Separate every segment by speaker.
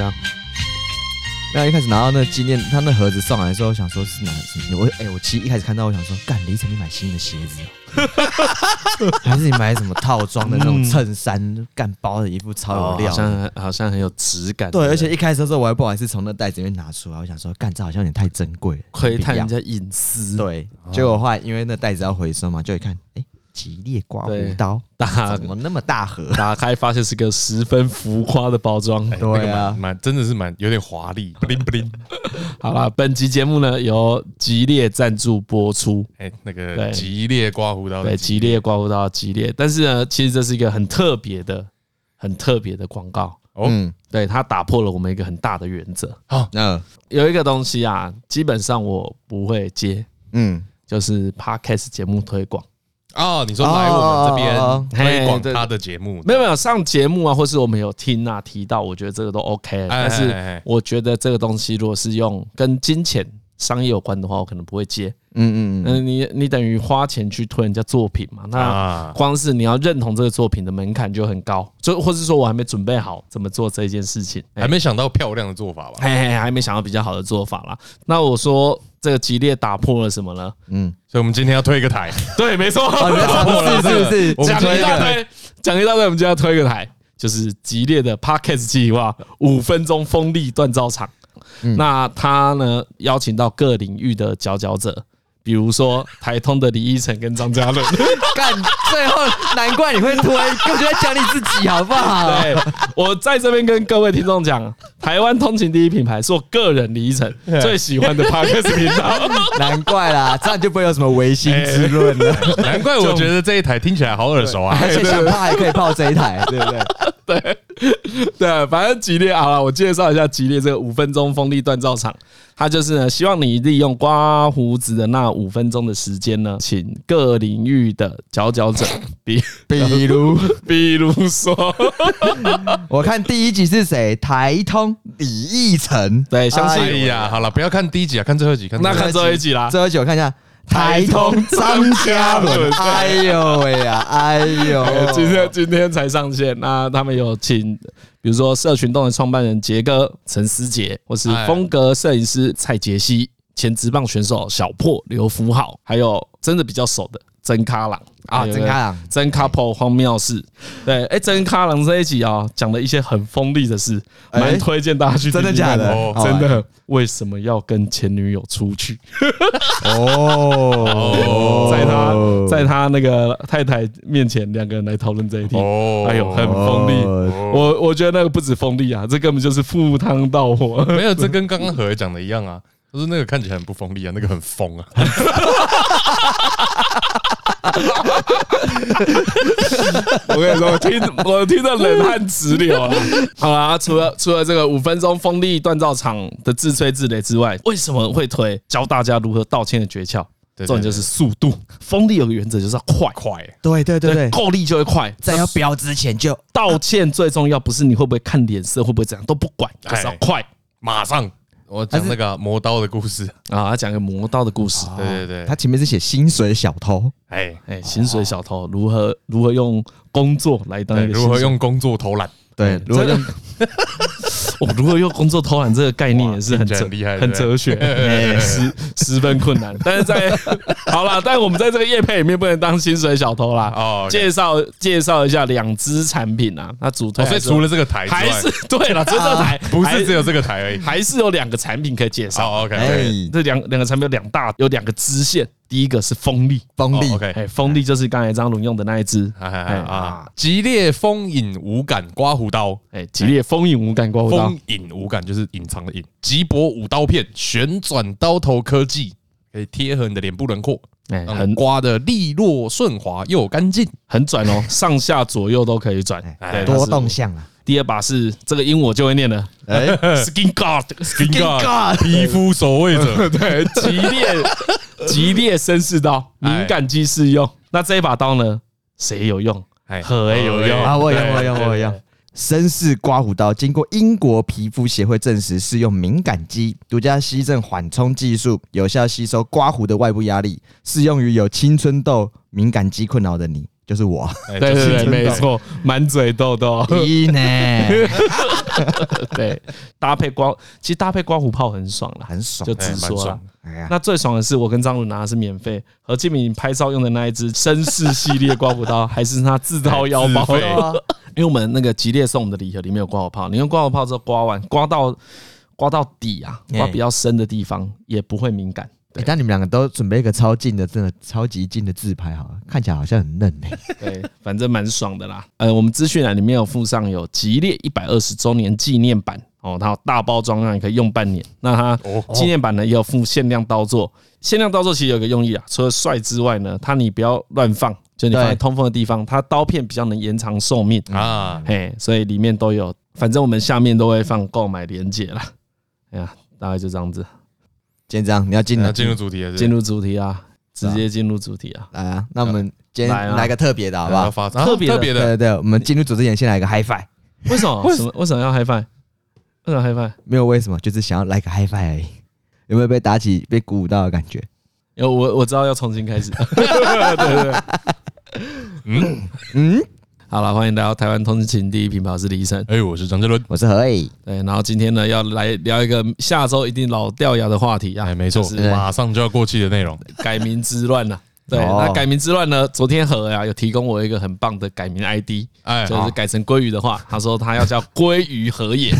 Speaker 1: 啊
Speaker 2: 那一开始拿到那个纪念，他那盒子送来的时候，我想说是哪是我哎、我其实一开始看到，我想说，干李晨，你买新的鞋子、哦， 还是你买什么套装的那种衬衫，干包的衣服超有
Speaker 1: 哦好
Speaker 2: 料的。
Speaker 1: 像好像很有质感。
Speaker 2: 对，而且一开始的时候我还不好意思从那袋子里面拿出来，我想说，干这好像有点太珍贵了，
Speaker 1: 窥探人
Speaker 2: 不一样
Speaker 1: 家隐私，
Speaker 2: 对，结果后来因为那袋子要回收嘛，就一看，哎、吉列刮胡
Speaker 1: 对
Speaker 2: 刀，
Speaker 1: 打
Speaker 2: 怎么那么 大盒？
Speaker 1: 打开发现是个十分浮夸的包装。
Speaker 3: 哎那个
Speaker 2: 对啊
Speaker 3: 蛮蛮真的是蛮有点华丽，不灵不灵。
Speaker 1: 好啦，本集节目呢由吉列赞助播出。
Speaker 3: 哎，那个
Speaker 1: 对
Speaker 3: 吉列刮胡刀的
Speaker 1: 对，激烈刮胡刀激烈，但是呢，其实这是一个很特别的、很特别的广告。
Speaker 3: 哦，
Speaker 2: 嗯，
Speaker 1: 对，它打破了我们一个很大的原则。
Speaker 2: 那
Speaker 1: 有一个东西啊，基本上我不会接，
Speaker 2: 嗯，
Speaker 1: 就是 podcast 节目推广。
Speaker 3: 哦，你说来我们这
Speaker 2: 哦
Speaker 3: 边推
Speaker 1: 嘿
Speaker 3: 广
Speaker 1: 对
Speaker 3: 他的节目，
Speaker 1: 没有没有上节目啊，或是我们有听啊提到，我觉得这个都 OK。
Speaker 3: 哎
Speaker 1: 但
Speaker 3: 哎哎
Speaker 1: 是
Speaker 3: 哎
Speaker 1: 我觉得这个东西如果是用跟金钱商业有关的话，我可能不会接。
Speaker 2: 嗯嗯 嗯，
Speaker 1: 嗯，你你等于花钱去推人家作品嘛，那
Speaker 3: 啊
Speaker 1: 光是你要认同这个作品的门槛就很高，就或是说我还没准备好怎么做这件事情，哎
Speaker 3: 还没想到漂亮的做法吧？
Speaker 1: 嘿嘿，还没想到比较好的做法啦。那我说这个激烈打破了什么呢？哦
Speaker 3: 所以我们今天要推一个台，
Speaker 1: 对，没错，
Speaker 2: 是是是，
Speaker 3: 我们
Speaker 1: 讲
Speaker 3: 推
Speaker 1: 一
Speaker 3: 一
Speaker 1: 大
Speaker 3: 个
Speaker 1: 堆，讲一大堆，我们就要推一个台，就是激烈的 Podcast 计划，五分钟风力锻造厂。
Speaker 3: 嗯
Speaker 1: 那他呢邀请到各领域的佼佼者，比如说台通的李依晨跟张 嘉伦。
Speaker 2: 干，最后难怪你会推，我觉得讲你自己好不好？
Speaker 1: 对，我在这边跟各位听众讲，台湾通勤第一品牌是我个人李依晨最喜欢的 podcast 频道。
Speaker 2: 难怪啦，这样就不会有什么违心之论了。
Speaker 3: 难怪我觉得这一台听起来好耳熟啊！
Speaker 2: 而且想泡还可以泡这一台，对不对？
Speaker 1: 对，反正吉列好了，我介绍一下吉列这个五分钟风力锻造厂，它就是呢，希望你利用刮胡子的那五分钟的时间 呢，请各领域的佼佼者，比
Speaker 2: 比如
Speaker 1: 比如说，
Speaker 2: 我看第一集是谁，台通李义成，
Speaker 1: 对相信
Speaker 3: 哎呀，好了，不要看第一集啊，看最后一集，看最
Speaker 1: 哎那
Speaker 3: 后
Speaker 1: 看
Speaker 3: 一集
Speaker 1: 最后一集啦。
Speaker 2: 最后一集我看一下。台通张嘉伦，哎呦喂呀，哎呦哦
Speaker 1: 呃，今天今天才上线。那他们有请，比如说社群洞的创办人杰哥陈思杰，或是
Speaker 3: 哎
Speaker 1: 风格摄影师蔡杰西，前职棒选手小破刘福浩，还有真的比较熟的曾咖朗哎
Speaker 2: 啊
Speaker 1: 还有
Speaker 2: 曾咖朗
Speaker 1: 曾咖破荒谬事。对，哎，曾咖朗这一集啊，讲了一些很锋利的事，
Speaker 2: 哎
Speaker 1: 蛮推荐大家去听
Speaker 2: 真的
Speaker 1: 听看
Speaker 2: 假的
Speaker 1: 哦
Speaker 2: 好
Speaker 1: 真
Speaker 2: 玩
Speaker 1: 的，为什么要跟前女友出去？
Speaker 2: 哦
Speaker 1: 在他在他那个太太面前，两个人来讨论这一题。
Speaker 3: 哦
Speaker 1: 哎呦，很锋利。我我觉得那个不止锋利啊，这根本就是赴汤蹈 火。
Speaker 3: 没有，这跟刚刚何讲的一样啊，就是那个看起来很不锋利啊，那个很疯啊，
Speaker 1: 我跟你说，我听我听得冷汗直流啊。好啦，除了除了这个五分钟锋利锻造厂的自吹自擂之外，为什么会推？教大家如何道歉的诀窍，
Speaker 3: 对对
Speaker 1: 重点就是速度。锋利有个原则就是要快，
Speaker 3: 快
Speaker 2: 对对对对，
Speaker 1: 够力就会快。
Speaker 2: 在要标之前就
Speaker 1: 道歉最重要不是你会不会看脸色，会不会怎样都不管，就是要快
Speaker 3: 马上。我讲那个啊磨刀的故事，
Speaker 1: 啊！讲个磨刀的故事。
Speaker 3: 对对
Speaker 2: 他
Speaker 3: 对，
Speaker 2: 前面是写薪水小偷，
Speaker 3: 哎，
Speaker 1: 哎，薪水小偷如何如何用工作来当一
Speaker 3: 对，
Speaker 1: 个薪水
Speaker 3: 如何用工作偷懒？
Speaker 2: 对，如果
Speaker 1: 这
Speaker 2: 用
Speaker 1: 我哦如果用工作偷懒这个概念也是很
Speaker 3: 哇
Speaker 1: 哲
Speaker 3: 听起来很厉害
Speaker 1: 很哲学，哎十十分困难。但是在好啦，但我们在这个业配里面不能当薪水小偷啦。
Speaker 3: 哦，OK
Speaker 1: 介绍介绍一下两支产品啊，那主推
Speaker 3: 哦，
Speaker 1: 还
Speaker 3: 所以
Speaker 1: 是
Speaker 3: 除了这个台之外啊
Speaker 1: 还是对了，真的台
Speaker 3: 不
Speaker 1: 还
Speaker 3: 是只有这个台而已。
Speaker 1: 还是有两个产品可以介绍。
Speaker 3: 好，OK，
Speaker 2: 哎
Speaker 1: 这
Speaker 3: 对
Speaker 1: 两两个产品有两大有两个支线，第一个是风力，
Speaker 2: 锋利
Speaker 3: 哦，OK，
Speaker 1: 哎，风力就是刚才张伦用的那一支，
Speaker 3: 哎哎
Speaker 1: 哎
Speaker 3: 哎啊，激烈风影无感刮胡刀，
Speaker 1: 哎，吉列风影无感刮胡刀
Speaker 3: 风，影无感就是隐藏的影，吉博五刀片旋转刀头科技，可以贴合你的脸部轮廓，
Speaker 1: 哎，
Speaker 3: 很
Speaker 1: 很
Speaker 3: 嗯刮的利落顺滑又干净。
Speaker 1: 很转哦，上下左右都可以转，
Speaker 3: 哎
Speaker 1: 对它
Speaker 2: 多
Speaker 1: 是
Speaker 2: 动向啊，
Speaker 1: 第二把是这个音我就会念了
Speaker 2: 哎，
Speaker 3: 嗯
Speaker 1: ，Skin God，
Speaker 2: God
Speaker 3: 皮肤守卫 者，
Speaker 1: 对，吉列吉列绅士刀，
Speaker 3: 哎
Speaker 1: 敏感肌适用。那这一把刀呢，谁有用？
Speaker 3: 哎
Speaker 1: 何哎有用
Speaker 3: 何哎
Speaker 2: 啊，我有
Speaker 3: 对
Speaker 2: 我有
Speaker 3: 对
Speaker 2: 我有。绅士刮胡刀经过英国皮肤协会证实适用敏感肌，独家吸震缓冲技术，有效吸收刮胡的外部压力，适用于有青春痘、敏感肌困扰的你。就是 我，
Speaker 3: 哎
Speaker 1: 对
Speaker 3: 就是
Speaker 1: 对对，
Speaker 3: 真的
Speaker 1: 没错，满嘴痘痘。
Speaker 2: 一呢，
Speaker 1: 对，搭配刮，其实搭配刮胡泡很爽啦，
Speaker 2: 很爽
Speaker 1: 就，
Speaker 3: 哎
Speaker 1: 直
Speaker 3: 蛮
Speaker 1: 说啦
Speaker 3: 爽。
Speaker 2: 哎呀，
Speaker 1: 那最爽的是，我跟张鲁拿的是免费，何敬敏拍照用的那一支绅士系列刮胡刀，还是他自掏腰包
Speaker 3: 自费
Speaker 1: 的，因为我们那个吉列送我们的礼盒里面有刮胡泡，你用刮胡泡之后刮完，刮到刮到底啊，刮比较深的地方也不会敏感。
Speaker 2: 欸但你们两个都准备一个超近的，真的超级近的自拍，好了，看起来好像很嫩呢、
Speaker 1: 对，反正蛮爽的啦。 呃，我们资讯栏里面有附上有吉列一百二十周年纪念版哦，它有大包装，让你可以用半年。那它纪念版呢也有附限量刀座，限量刀座其实有个用意啊，除了帅之外呢，它你不要乱放，就你放在
Speaker 2: 对
Speaker 1: 通风的地方，它刀片比较能延长寿命啊。
Speaker 3: 啊，
Speaker 1: 嘿，所以里面都有，反正我们下面都会放购买链接啦。 哎呀，大概就这样子，
Speaker 2: 今天这样，你要进
Speaker 3: 那
Speaker 2: 了，
Speaker 3: 进入主题了是不是，
Speaker 1: 进入主题啊，直接进入主题啊。
Speaker 2: 来啊！那我们今
Speaker 1: 来啊
Speaker 2: 天来个特别的好不
Speaker 3: 要
Speaker 2: 好？
Speaker 3: 发展啊
Speaker 1: 特别的
Speaker 3: 特别
Speaker 2: 对
Speaker 3: 的，
Speaker 2: 对对，我们进入主之前先来个 high five，
Speaker 1: 为什么？为什么？为什么要 high five？为什么 high five？
Speaker 2: 没有为什么，就是想要来个 high five 而已。有没有被打起、被鼓舞到的感觉？
Speaker 1: 有我我知道要重新开 始。
Speaker 3: 嗯，
Speaker 1: 好了，欢迎来到台湾通勤第一品牌，我是李医生。
Speaker 3: 哎，我是张哲伦，
Speaker 2: 我是何以，
Speaker 1: 对，然后今天呢要来聊一个下周一定老掉牙的话题啊
Speaker 3: 哎，，没错
Speaker 1: 就是，
Speaker 3: 马上就要过气的 内容，
Speaker 1: 改名之乱 了。对，
Speaker 2: 哦
Speaker 1: 那改名之乱呢？昨天何呀有提供我一个很棒的改名 ID，
Speaker 3: 哎，
Speaker 1: 就是
Speaker 3: 好
Speaker 1: 改成鲑鱼的话，他说他要叫鲑鱼何也。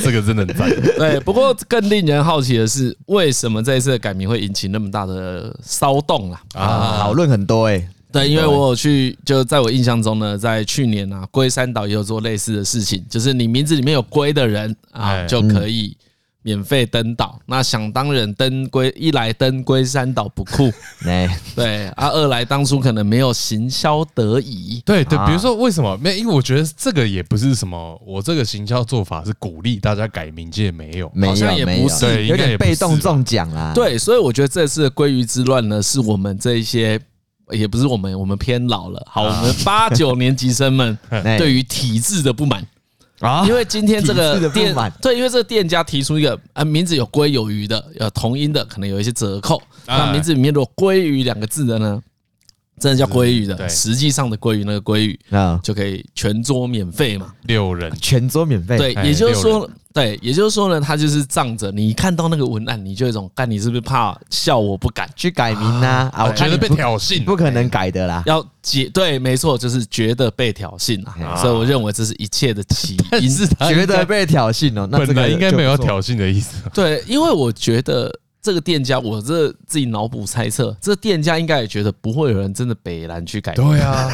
Speaker 3: 这个真的很赞，
Speaker 1: 对，不过更令人好奇的是，为什么这一次的改名会引起那么大的骚动啦？
Speaker 2: 啊，讨论很多哎、欸，
Speaker 1: 对，因为我有去，就在我印象中呢，在去年啊，龟山岛也有做类似的事情，就是你名字里面有龟的人啊，
Speaker 3: 哎
Speaker 1: 就可以免费登岛。那想当然登龟，一来登龟山岛不酷，
Speaker 2: 哎、
Speaker 1: 对啊，二来当初可能没有行销得宜，
Speaker 3: 对对，
Speaker 2: 啊
Speaker 3: 比如说为什么没？因为我觉得这个也不是什么，我这个行销做法是鼓励大家改名，界没有，
Speaker 2: 哎没
Speaker 1: 好像也
Speaker 2: 有没
Speaker 1: 不
Speaker 2: 有
Speaker 1: 是，
Speaker 3: 对，应
Speaker 2: 有
Speaker 3: 该
Speaker 2: 点
Speaker 3: 也不是
Speaker 2: 被动
Speaker 3: 吧。
Speaker 2: 中奖啦。，
Speaker 1: 对，所以我觉得这次的鲑鱼之乱呢，是我们这一些。也不是我们，我们偏老了。好，我们八九年级生们
Speaker 2: 哎
Speaker 1: 对于体制的不满，
Speaker 2: 啊
Speaker 1: 因为今天这
Speaker 2: 体制
Speaker 1: 个
Speaker 2: 的不
Speaker 1: 店
Speaker 2: 满
Speaker 1: 对，因为这个店家提出一个啊，名字有“鲑”有“鱼”的，呃，同音的可能有一些折扣。
Speaker 3: 哎
Speaker 1: 那名字里面如果“鲑鱼”两个字的呢，真的叫鲑鱼的，
Speaker 3: 对
Speaker 1: 实际上的鲑鱼那个鲑鱼
Speaker 2: 啊，
Speaker 1: 就可以全桌免费嘛。
Speaker 3: 六人
Speaker 2: 全桌免费，
Speaker 1: 对，
Speaker 3: 哎
Speaker 1: 也就是
Speaker 3: 六
Speaker 1: 说，对，也就是说呢，他就是仗着你看到那个文案，你就有一种，干你是不是怕笑我不敢？
Speaker 2: 去改名呐啊！我
Speaker 3: 我觉
Speaker 2: 看
Speaker 3: 得
Speaker 2: 你
Speaker 3: 被
Speaker 2: 不
Speaker 3: 挑衅，
Speaker 2: 不可能改的啦。
Speaker 1: 要解对，没错，就是觉得被挑衅啊，所以我认为这是一切的起因。
Speaker 2: 觉得被挑衅哦，那这
Speaker 3: 本来
Speaker 2: 个
Speaker 3: 应该没有要
Speaker 2: 就不错哎
Speaker 3: 挑衅的意思。
Speaker 1: 对，因为我觉得这个店家，我这自己脑补猜测，这店家应该也觉得不会有人真的北蓝去改名，
Speaker 3: 对啊，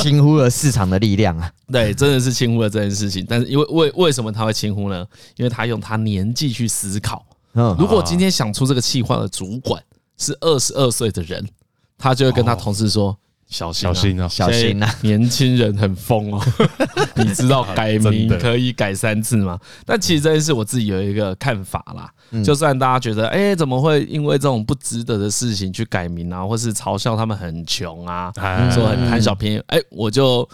Speaker 2: 轻忽了市场的力量啊！
Speaker 1: 对，真的是轻忽了这件事情。但是因为为为什么他会轻忽呢？因为他用他年纪去思考，
Speaker 2: 嗯，
Speaker 1: 如果今天想出这个企划的主管是二十二岁的人，他就会跟他同事说：“小心、
Speaker 3: 小心啊！
Speaker 2: 小心啊！！
Speaker 1: 年轻人很疯哦，你知道改名
Speaker 3: 真的
Speaker 1: 可以改三次吗？但其实这件事我自己有一个看法啦，就算大家觉得，哎，怎么会因为这种不值得的事情去改名啊，或是嘲笑他们很穷啊，
Speaker 3: 哎
Speaker 1: 说很贪小便宜，哎，我就。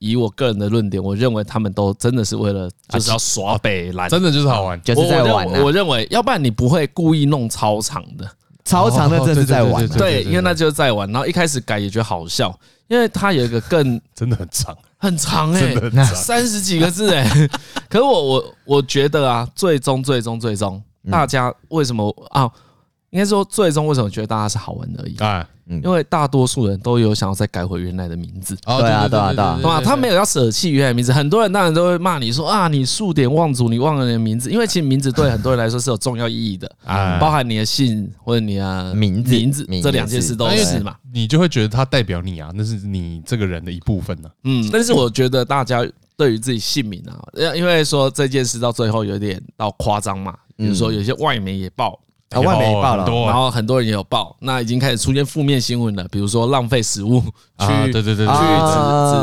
Speaker 1: 以我个人的论点，我认为他们都真的是为了就是要耍北蓝，
Speaker 3: 真的就是好玩，
Speaker 2: 就是在玩
Speaker 1: 我我认我
Speaker 2: 啊，
Speaker 1: 认为，要不然你不会故意弄超长的，
Speaker 2: 超长的真是在玩
Speaker 3: 哦
Speaker 2: 啊
Speaker 3: 对对对。
Speaker 1: 对，因为那就是在玩。然后一开始改也觉得好笑，因为它有一个更
Speaker 3: 真的很长。
Speaker 1: 很长哎、
Speaker 3: 真的很长
Speaker 1: 三十几个字哎、可是我我我觉得啊，最终最终最终，大家为什么啊？应该说最终为什么觉得大家是好玩而已？
Speaker 3: 哎，
Speaker 2: 啊
Speaker 1: 因为大多数人都有想要再改回原来的名字，
Speaker 3: 哦
Speaker 2: 对啊对啊对啊
Speaker 1: 对吧？他没有要舍弃原来的名字，很多人当然都会骂你说啊，你数典忘祖，你忘了你的名字，因为其实名字对很多人来说是有重要意义的，
Speaker 3: 哎
Speaker 1: 包含你的姓或者你的
Speaker 2: 名字
Speaker 1: 名字
Speaker 2: 名字
Speaker 1: 这两件事都是嘛。
Speaker 3: 你就会觉得它代表你啊，那是你这个人的一部分啊呢。
Speaker 1: 嗯，但是我觉得大家对于自己姓名啊，呃因为说这件事到最后有点到夸张嘛，
Speaker 3: 嗯
Speaker 1: 比如说有些外媒也报，
Speaker 2: 啊，外媒报
Speaker 3: 哦哎很
Speaker 2: 了，
Speaker 1: 然
Speaker 3: 多
Speaker 1: 后很多人也有报，那已经开始出现负面新闻了，比如说浪费食物去
Speaker 3: 啊，对呃对对
Speaker 2: 啊
Speaker 1: 去只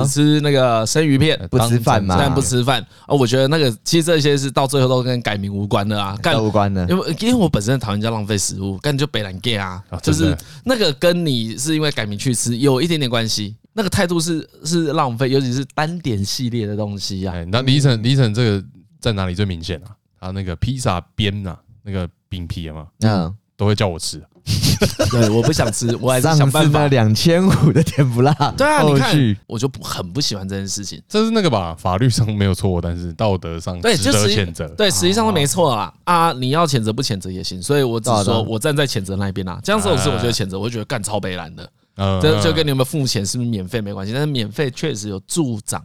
Speaker 1: 只吃那个生鱼片。
Speaker 2: 不吃饭嘛
Speaker 1: 但不吃饭啊，我觉得那个其实这些是到最后都跟改名无关的啊，干
Speaker 2: 都无关
Speaker 3: 嗯
Speaker 2: 的。
Speaker 1: 因为因为我本身很讨厌人家浪费食物，干就北兰 gay 啊
Speaker 3: 啊，
Speaker 1: 就
Speaker 3: 真的
Speaker 1: 是那个跟你是因为改名去吃有一点点关系，那个态度是是浪费，尤其是单点系列的东西啊。
Speaker 3: 哎，那李晨，李晨这个在哪里最啊明显啊？他那个披萨边呐，那个饼皮嘛，
Speaker 2: 嗯，
Speaker 3: 都会叫我吃。啊
Speaker 1: 对，我不想 吃，我还是
Speaker 2: 上
Speaker 1: 想
Speaker 2: 次
Speaker 1: 办
Speaker 2: 那
Speaker 1: 法。
Speaker 2: 两千五的甜不辣，
Speaker 1: 对啊，
Speaker 2: 后
Speaker 1: 你看
Speaker 2: 续，
Speaker 1: 我就不很不喜欢这件事情。
Speaker 3: 这是那个吧？法律上没有错，但是道德上
Speaker 1: 对，
Speaker 3: 嗯值
Speaker 1: 就
Speaker 3: 得
Speaker 1: 实
Speaker 3: 谴责。哦
Speaker 1: 对，实际上是没错啦。啊，你要谴责不谴责也行，所以我只
Speaker 2: 对啊对啊
Speaker 1: 说我站在谴责那一边啊啦。这样子我是我觉得谴责，我就觉得干超北蓝的。
Speaker 3: 嗯，
Speaker 1: 这就跟
Speaker 3: 你
Speaker 1: 你有没有付钱是不是免费没关系，但是免费确实有助长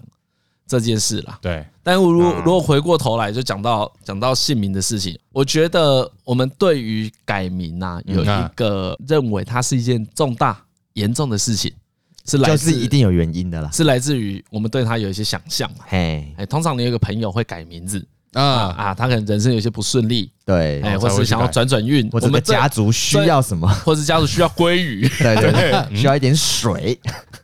Speaker 1: 这件事啦。
Speaker 3: 对
Speaker 1: 但如果如果回过头来就讲到讲到姓名的事情，我觉得我们对于改名呐、有一个认为它是一件重大严重的事情，是来
Speaker 2: 就
Speaker 1: 自
Speaker 2: 是一定有原因的啦。
Speaker 1: 是来自于我们对它有一些想象嘛。
Speaker 2: 嘿，
Speaker 1: 哎，通常你有一个朋友会改名字啊
Speaker 3: 啊，
Speaker 1: 啊，他可能人生有些不顺利，
Speaker 2: 对，
Speaker 1: 哎，
Speaker 3: 哦
Speaker 1: 或
Speaker 3: 才会
Speaker 1: 是
Speaker 3: 去
Speaker 1: 想要
Speaker 3: 改
Speaker 1: 转转运，
Speaker 2: 我
Speaker 1: 我
Speaker 2: 整个
Speaker 1: 们啊这
Speaker 2: 家，族需要什么？
Speaker 1: 或是家族需要归于，
Speaker 2: 对 对对，需要一点水。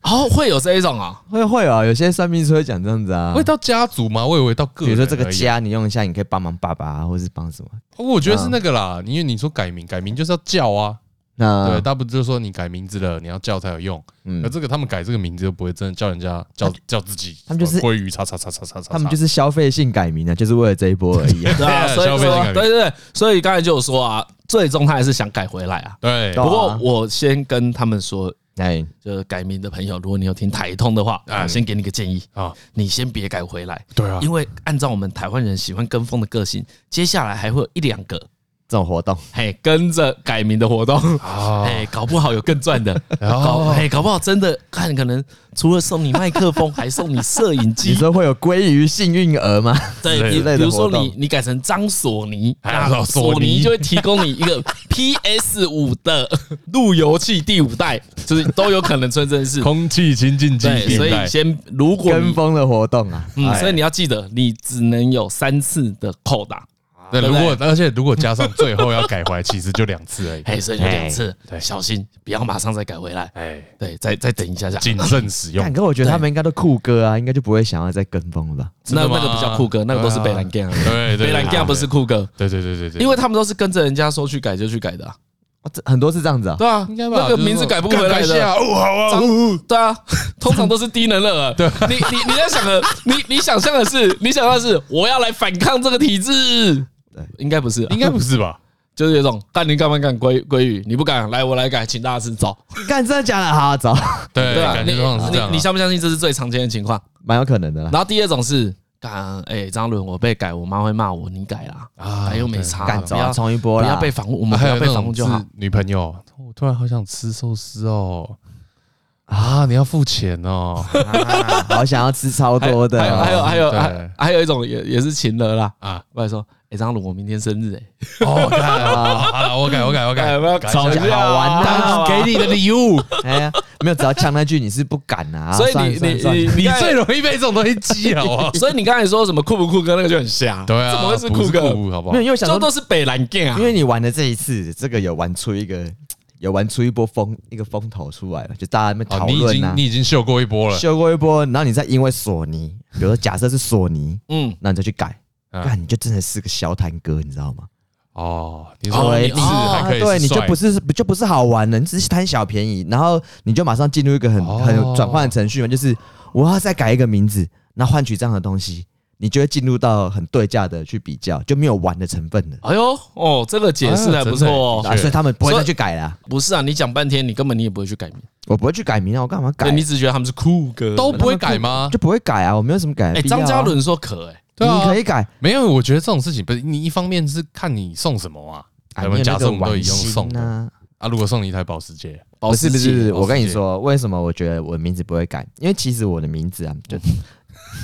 Speaker 1: 哦，会有这一种 啊，
Speaker 2: 会会啊，有些算命师会讲这样子啊
Speaker 3: 会。到家族吗？我以为到个
Speaker 2: 比
Speaker 3: 人。
Speaker 2: 如说这个，家，啊你用一下，你可以帮忙爸爸、啊，或是帮什么。
Speaker 3: 我觉得是那个啦，因为你说改名，改名就是要叫啊，对，
Speaker 2: 那
Speaker 3: 大部分就是说你改名字了，你要叫才有用。
Speaker 2: 嗯哎
Speaker 3: 那，这个他们改这个名字又不会真的叫人家叫叫自己，
Speaker 2: 他们就是
Speaker 3: 什么鲑鱼叉叉叉叉叉叉，
Speaker 2: 他们就是是消费性改名啊，就是为了这一波而已啊。
Speaker 1: 对啊，所以
Speaker 3: 消费性
Speaker 1: 说，
Speaker 3: 改变
Speaker 1: 对对对，所以刚才就有说啊，最终他还是想改回来啊。
Speaker 3: 对
Speaker 2: 对啊
Speaker 1: 不过我先跟他们说，
Speaker 2: 哎，
Speaker 1: 就是改名的朋友，如果你有听台通的话，啊，先给你个建议，
Speaker 3: 啊，
Speaker 1: 你先别改回来，
Speaker 3: 对啊，
Speaker 1: 因为按照我们台湾人喜欢跟风的个性，接下来还会有一两个。
Speaker 2: 这种活动，
Speaker 1: 嘿，跟着改名的活动，
Speaker 3: 啊
Speaker 1: 哎、搞不好有更赚的，搞
Speaker 3: 哦
Speaker 1: 哎、搞不好真的看，可能除了送你麦克风，还送你摄影
Speaker 2: 你
Speaker 1: 机，
Speaker 2: 说会有鲑鱼幸运儿吗？
Speaker 1: 对，
Speaker 2: 之
Speaker 1: 比
Speaker 2: 类的
Speaker 1: 比如说
Speaker 2: 活动
Speaker 1: 你你改成张索尼，
Speaker 3: 哎
Speaker 1: 那
Speaker 3: 索尼
Speaker 1: 索尼就会提供你一个 PS 五的路由器第五代，就是都有可能存真是。
Speaker 3: 空气清净机
Speaker 1: 对，
Speaker 3: 变
Speaker 1: 所以
Speaker 3: 态
Speaker 1: 先如果
Speaker 2: 跟
Speaker 1: 你
Speaker 2: 风的活动啊，
Speaker 1: 嗯，所以你要记得，你只能有三次的扣打，
Speaker 3: 对，
Speaker 1: 对
Speaker 3: 如
Speaker 1: 不对
Speaker 3: 果而且如果加上最后要改回来，其实就两次而已。
Speaker 1: 哎，所以就两次
Speaker 3: 对，
Speaker 1: 小心不要马上再改回来，
Speaker 3: 哎，
Speaker 1: 对，再再等一下下。
Speaker 3: 谨慎使用
Speaker 2: 但。可我觉得他们应该都酷哥啊，应该就不会想要再跟风了吧？
Speaker 1: 那
Speaker 3: 真的吗
Speaker 1: 那个不叫酷哥，那个都是北兰 g a n
Speaker 3: 对对，对
Speaker 1: 北兰 g a n 不是。酷哥，
Speaker 3: 对对对对对，
Speaker 1: 因为他们都是跟着人家说去改就去改的啊，
Speaker 2: 哦，这很多是这样子啊。
Speaker 1: 对啊，
Speaker 3: 应该吧
Speaker 1: 那个名字改不回来
Speaker 3: 就是说
Speaker 1: 的
Speaker 3: 干。改一下哦，好啊
Speaker 1: 张
Speaker 3: 哦，
Speaker 1: 对啊，通常都是低能儿。对，你你你在想的，你你想象的是，你想象的是我要来反抗这个体制
Speaker 2: 对，
Speaker 1: 应该不是啊，
Speaker 3: 应该不是吧？
Speaker 1: 就是有一种干你干嘛干鲑鲑鱼，你不敢来我来改，请大家吃走，
Speaker 2: 干真的假的？好，走，
Speaker 3: 对
Speaker 1: 对啊，
Speaker 3: 哎感
Speaker 1: 你
Speaker 3: 觉上是这样啊。
Speaker 1: 你你相不相信这是最常见的情况？
Speaker 2: 蛮有可能的啦。
Speaker 1: 然后第二种是干哎张伦我被改，我妈会骂我，你改啦，
Speaker 3: 啊
Speaker 1: 哎又没差，
Speaker 2: 干
Speaker 1: 不
Speaker 2: 走啊，
Speaker 1: 要
Speaker 2: 冲一波
Speaker 1: 不
Speaker 2: 啦！
Speaker 1: 要被访问，我们不
Speaker 3: 还
Speaker 1: 要
Speaker 3: 有那
Speaker 1: 被访
Speaker 3: 种
Speaker 1: 问就好
Speaker 3: 是。女朋友，哦我突然好想吃寿司哦。啊！你要付钱哦！
Speaker 2: 啊好想要吃超
Speaker 1: 还
Speaker 2: 多的
Speaker 1: 还有
Speaker 2: 哦，
Speaker 1: 哎还有还有
Speaker 3: 对
Speaker 1: 还还有一种也也是情了啦
Speaker 3: 啊
Speaker 1: 啊！过来说，哎，张伦，我明天生日哎，
Speaker 3: 哦，看好好了，我改，我改，我改
Speaker 1: 有没有，
Speaker 2: 吵架啊好
Speaker 1: 好
Speaker 2: 玩的
Speaker 3: 当
Speaker 1: 玩
Speaker 3: 给你的礼物，
Speaker 2: 哎呀，没有，只要呛那句你是不敢啊。
Speaker 1: 所以
Speaker 2: 算了
Speaker 1: 你
Speaker 2: 算了
Speaker 1: 你
Speaker 2: 算了
Speaker 1: 你
Speaker 3: 你
Speaker 1: 你
Speaker 3: 最容易被这种东西激，好不好？
Speaker 1: 所以你刚才说什么酷不酷哥那个就很瞎，
Speaker 3: 对啊，
Speaker 1: 怎么会是
Speaker 3: 不
Speaker 1: 酷哥？
Speaker 3: 好不好
Speaker 2: 没有，？因为我想
Speaker 1: 这
Speaker 2: 说，
Speaker 1: 都是北蓝 g 啊
Speaker 2: 因，为你玩的这一次，这个有玩出一个，有玩出一波风，一个风头出来了，就大家在那边讨
Speaker 3: 好，哦你已
Speaker 2: 论
Speaker 3: 经
Speaker 2: 啊，
Speaker 3: 你已经秀过一波了，
Speaker 2: 修过一波，然后你再因为索尼，比如说假设是索尼，
Speaker 1: 嗯，
Speaker 2: 那你再去改，
Speaker 3: 嗯
Speaker 2: 那你就真的是个小坦哥，你知道吗？
Speaker 3: 哦，你
Speaker 1: 哦
Speaker 3: 说
Speaker 2: 对
Speaker 3: 你
Speaker 1: 你
Speaker 3: 是还可以是
Speaker 2: 对，你就
Speaker 3: 帅
Speaker 2: 不是就不是好玩了，你只是贪小便宜，然后你就马上进入一个很
Speaker 3: 哦
Speaker 2: 很转换的程序嘛，就是我要再改一个名字，那换取这样的东西，你就会进入到很对价的去比较，就没有玩的成分了。
Speaker 1: 哎呦哦，这个解释还不错
Speaker 3: 哎
Speaker 1: 哦。
Speaker 2: 啊，
Speaker 3: 是
Speaker 2: 所以他们不会
Speaker 1: 所以
Speaker 2: 再去改了。
Speaker 1: 不是啊，你讲半天，你根本你也不会去改名，
Speaker 2: 我不会去改名啊，我干嘛改
Speaker 1: 对？你只觉得他们是酷哥。
Speaker 3: 都不会改吗？
Speaker 2: 就不会改啊，我没有什么改的
Speaker 1: 哎，
Speaker 2: 必要啊。
Speaker 1: 张嘉伦说可哎，
Speaker 3: 对啊
Speaker 2: 你可以改，
Speaker 3: 没有，我觉得这种事情不是你一方面是看你送什么啊，
Speaker 2: 啊
Speaker 3: 咱
Speaker 2: 你
Speaker 3: 们
Speaker 2: 有
Speaker 3: 假
Speaker 2: 那
Speaker 3: 设
Speaker 2: 个
Speaker 3: 我们都
Speaker 2: 玩
Speaker 3: 已经
Speaker 2: 心
Speaker 3: 送的
Speaker 2: 啊。
Speaker 3: 啊，如果送你一台保 时捷，
Speaker 1: 保
Speaker 2: 不
Speaker 1: 时
Speaker 2: 是不
Speaker 1: 捷
Speaker 2: 是，我跟你
Speaker 3: 保时捷
Speaker 2: 说，为什么我觉得我名字不会改？因为其实我的名字啊，就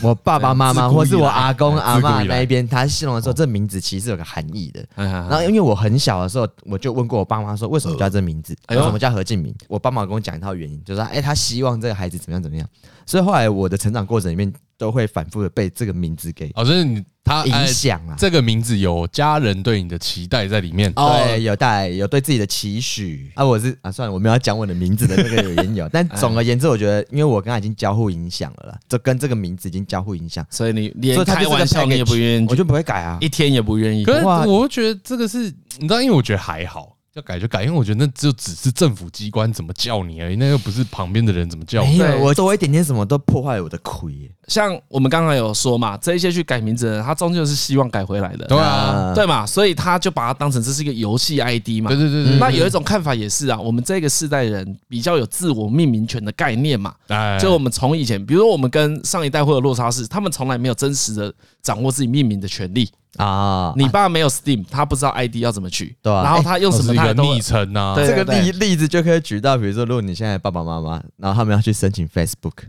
Speaker 2: 我爸爸妈妈
Speaker 3: 自古以来
Speaker 2: 或是我阿公
Speaker 3: 哎
Speaker 2: 阿
Speaker 3: 自古以
Speaker 2: 妈
Speaker 3: 来
Speaker 2: 那一边，他形容的时候，这名字其实有个含义的。
Speaker 1: 哎
Speaker 3: 啊
Speaker 1: 哎
Speaker 2: 然后因为我很小的时候，我就问过我爸妈说，为什么叫这名字？
Speaker 1: 哎
Speaker 2: 为
Speaker 1: 呦
Speaker 2: 什么叫何敬明？我爸妈跟我讲一套原因，就是说哎，他希望这个孩子怎么样怎么样。所以后来我的成长过程里面，都会反复的被这个名字给
Speaker 3: 哦，就是你他
Speaker 2: 影
Speaker 3: 哎
Speaker 2: 响啊。
Speaker 3: 这个名字有家人对你的期待在里面，
Speaker 1: 哦
Speaker 2: 对，有带有对自己的期许啊，我是啊，算了，我没有要讲我的名字的那个
Speaker 1: 哎
Speaker 2: 缘由，但总而言之，我觉得，因为我跟他已经交互影响了啦，就跟这个名字已经交互影响，
Speaker 1: 所以你
Speaker 2: 所
Speaker 1: 连
Speaker 2: 以他就
Speaker 1: 开
Speaker 2: 是个
Speaker 1: 玩笑你也不愿意
Speaker 2: 我，就不会改啊
Speaker 1: 一。天也不愿意。
Speaker 3: 可是
Speaker 2: 哇
Speaker 3: 我会觉得这个是，你知道，因为我觉得还好，要改就改，因为我觉得那就只是政府机关怎么叫你而已，那又不是旁边的人怎么叫
Speaker 1: 哎
Speaker 2: 没
Speaker 3: 你。
Speaker 2: 有，我多一点点什么都破坏我的亏耶。
Speaker 1: 像我们刚才有说嘛，这一些去改名字的人，他终究是希望改回来的，
Speaker 2: 嗯
Speaker 3: 对啊，
Speaker 2: 呃
Speaker 1: 对嘛？所以他就把它当成这是一个游戏 ID 嘛
Speaker 3: 对。对对对，
Speaker 1: 那有一种看法也是啊，我们这个世代人比较有自我命名权的概念嘛。
Speaker 3: 哎
Speaker 1: 就我们从以前，比如说我们跟上一代会有落差是，他们从来没有真实的掌握自己命名的权利。
Speaker 2: 啊，
Speaker 1: 你爸没有 Steam，他不知道 ID 要怎么取，
Speaker 2: 对啊
Speaker 1: 然后他用
Speaker 3: 或
Speaker 1: 什
Speaker 3: 是
Speaker 1: 么
Speaker 3: 一
Speaker 1: 他
Speaker 3: 个
Speaker 1: 也都
Speaker 3: 昵称啊呐，
Speaker 1: 对
Speaker 2: 这个例例子就可以举到，比如说，如果你现在爸爸妈妈，然后他们要去申请 Facebook，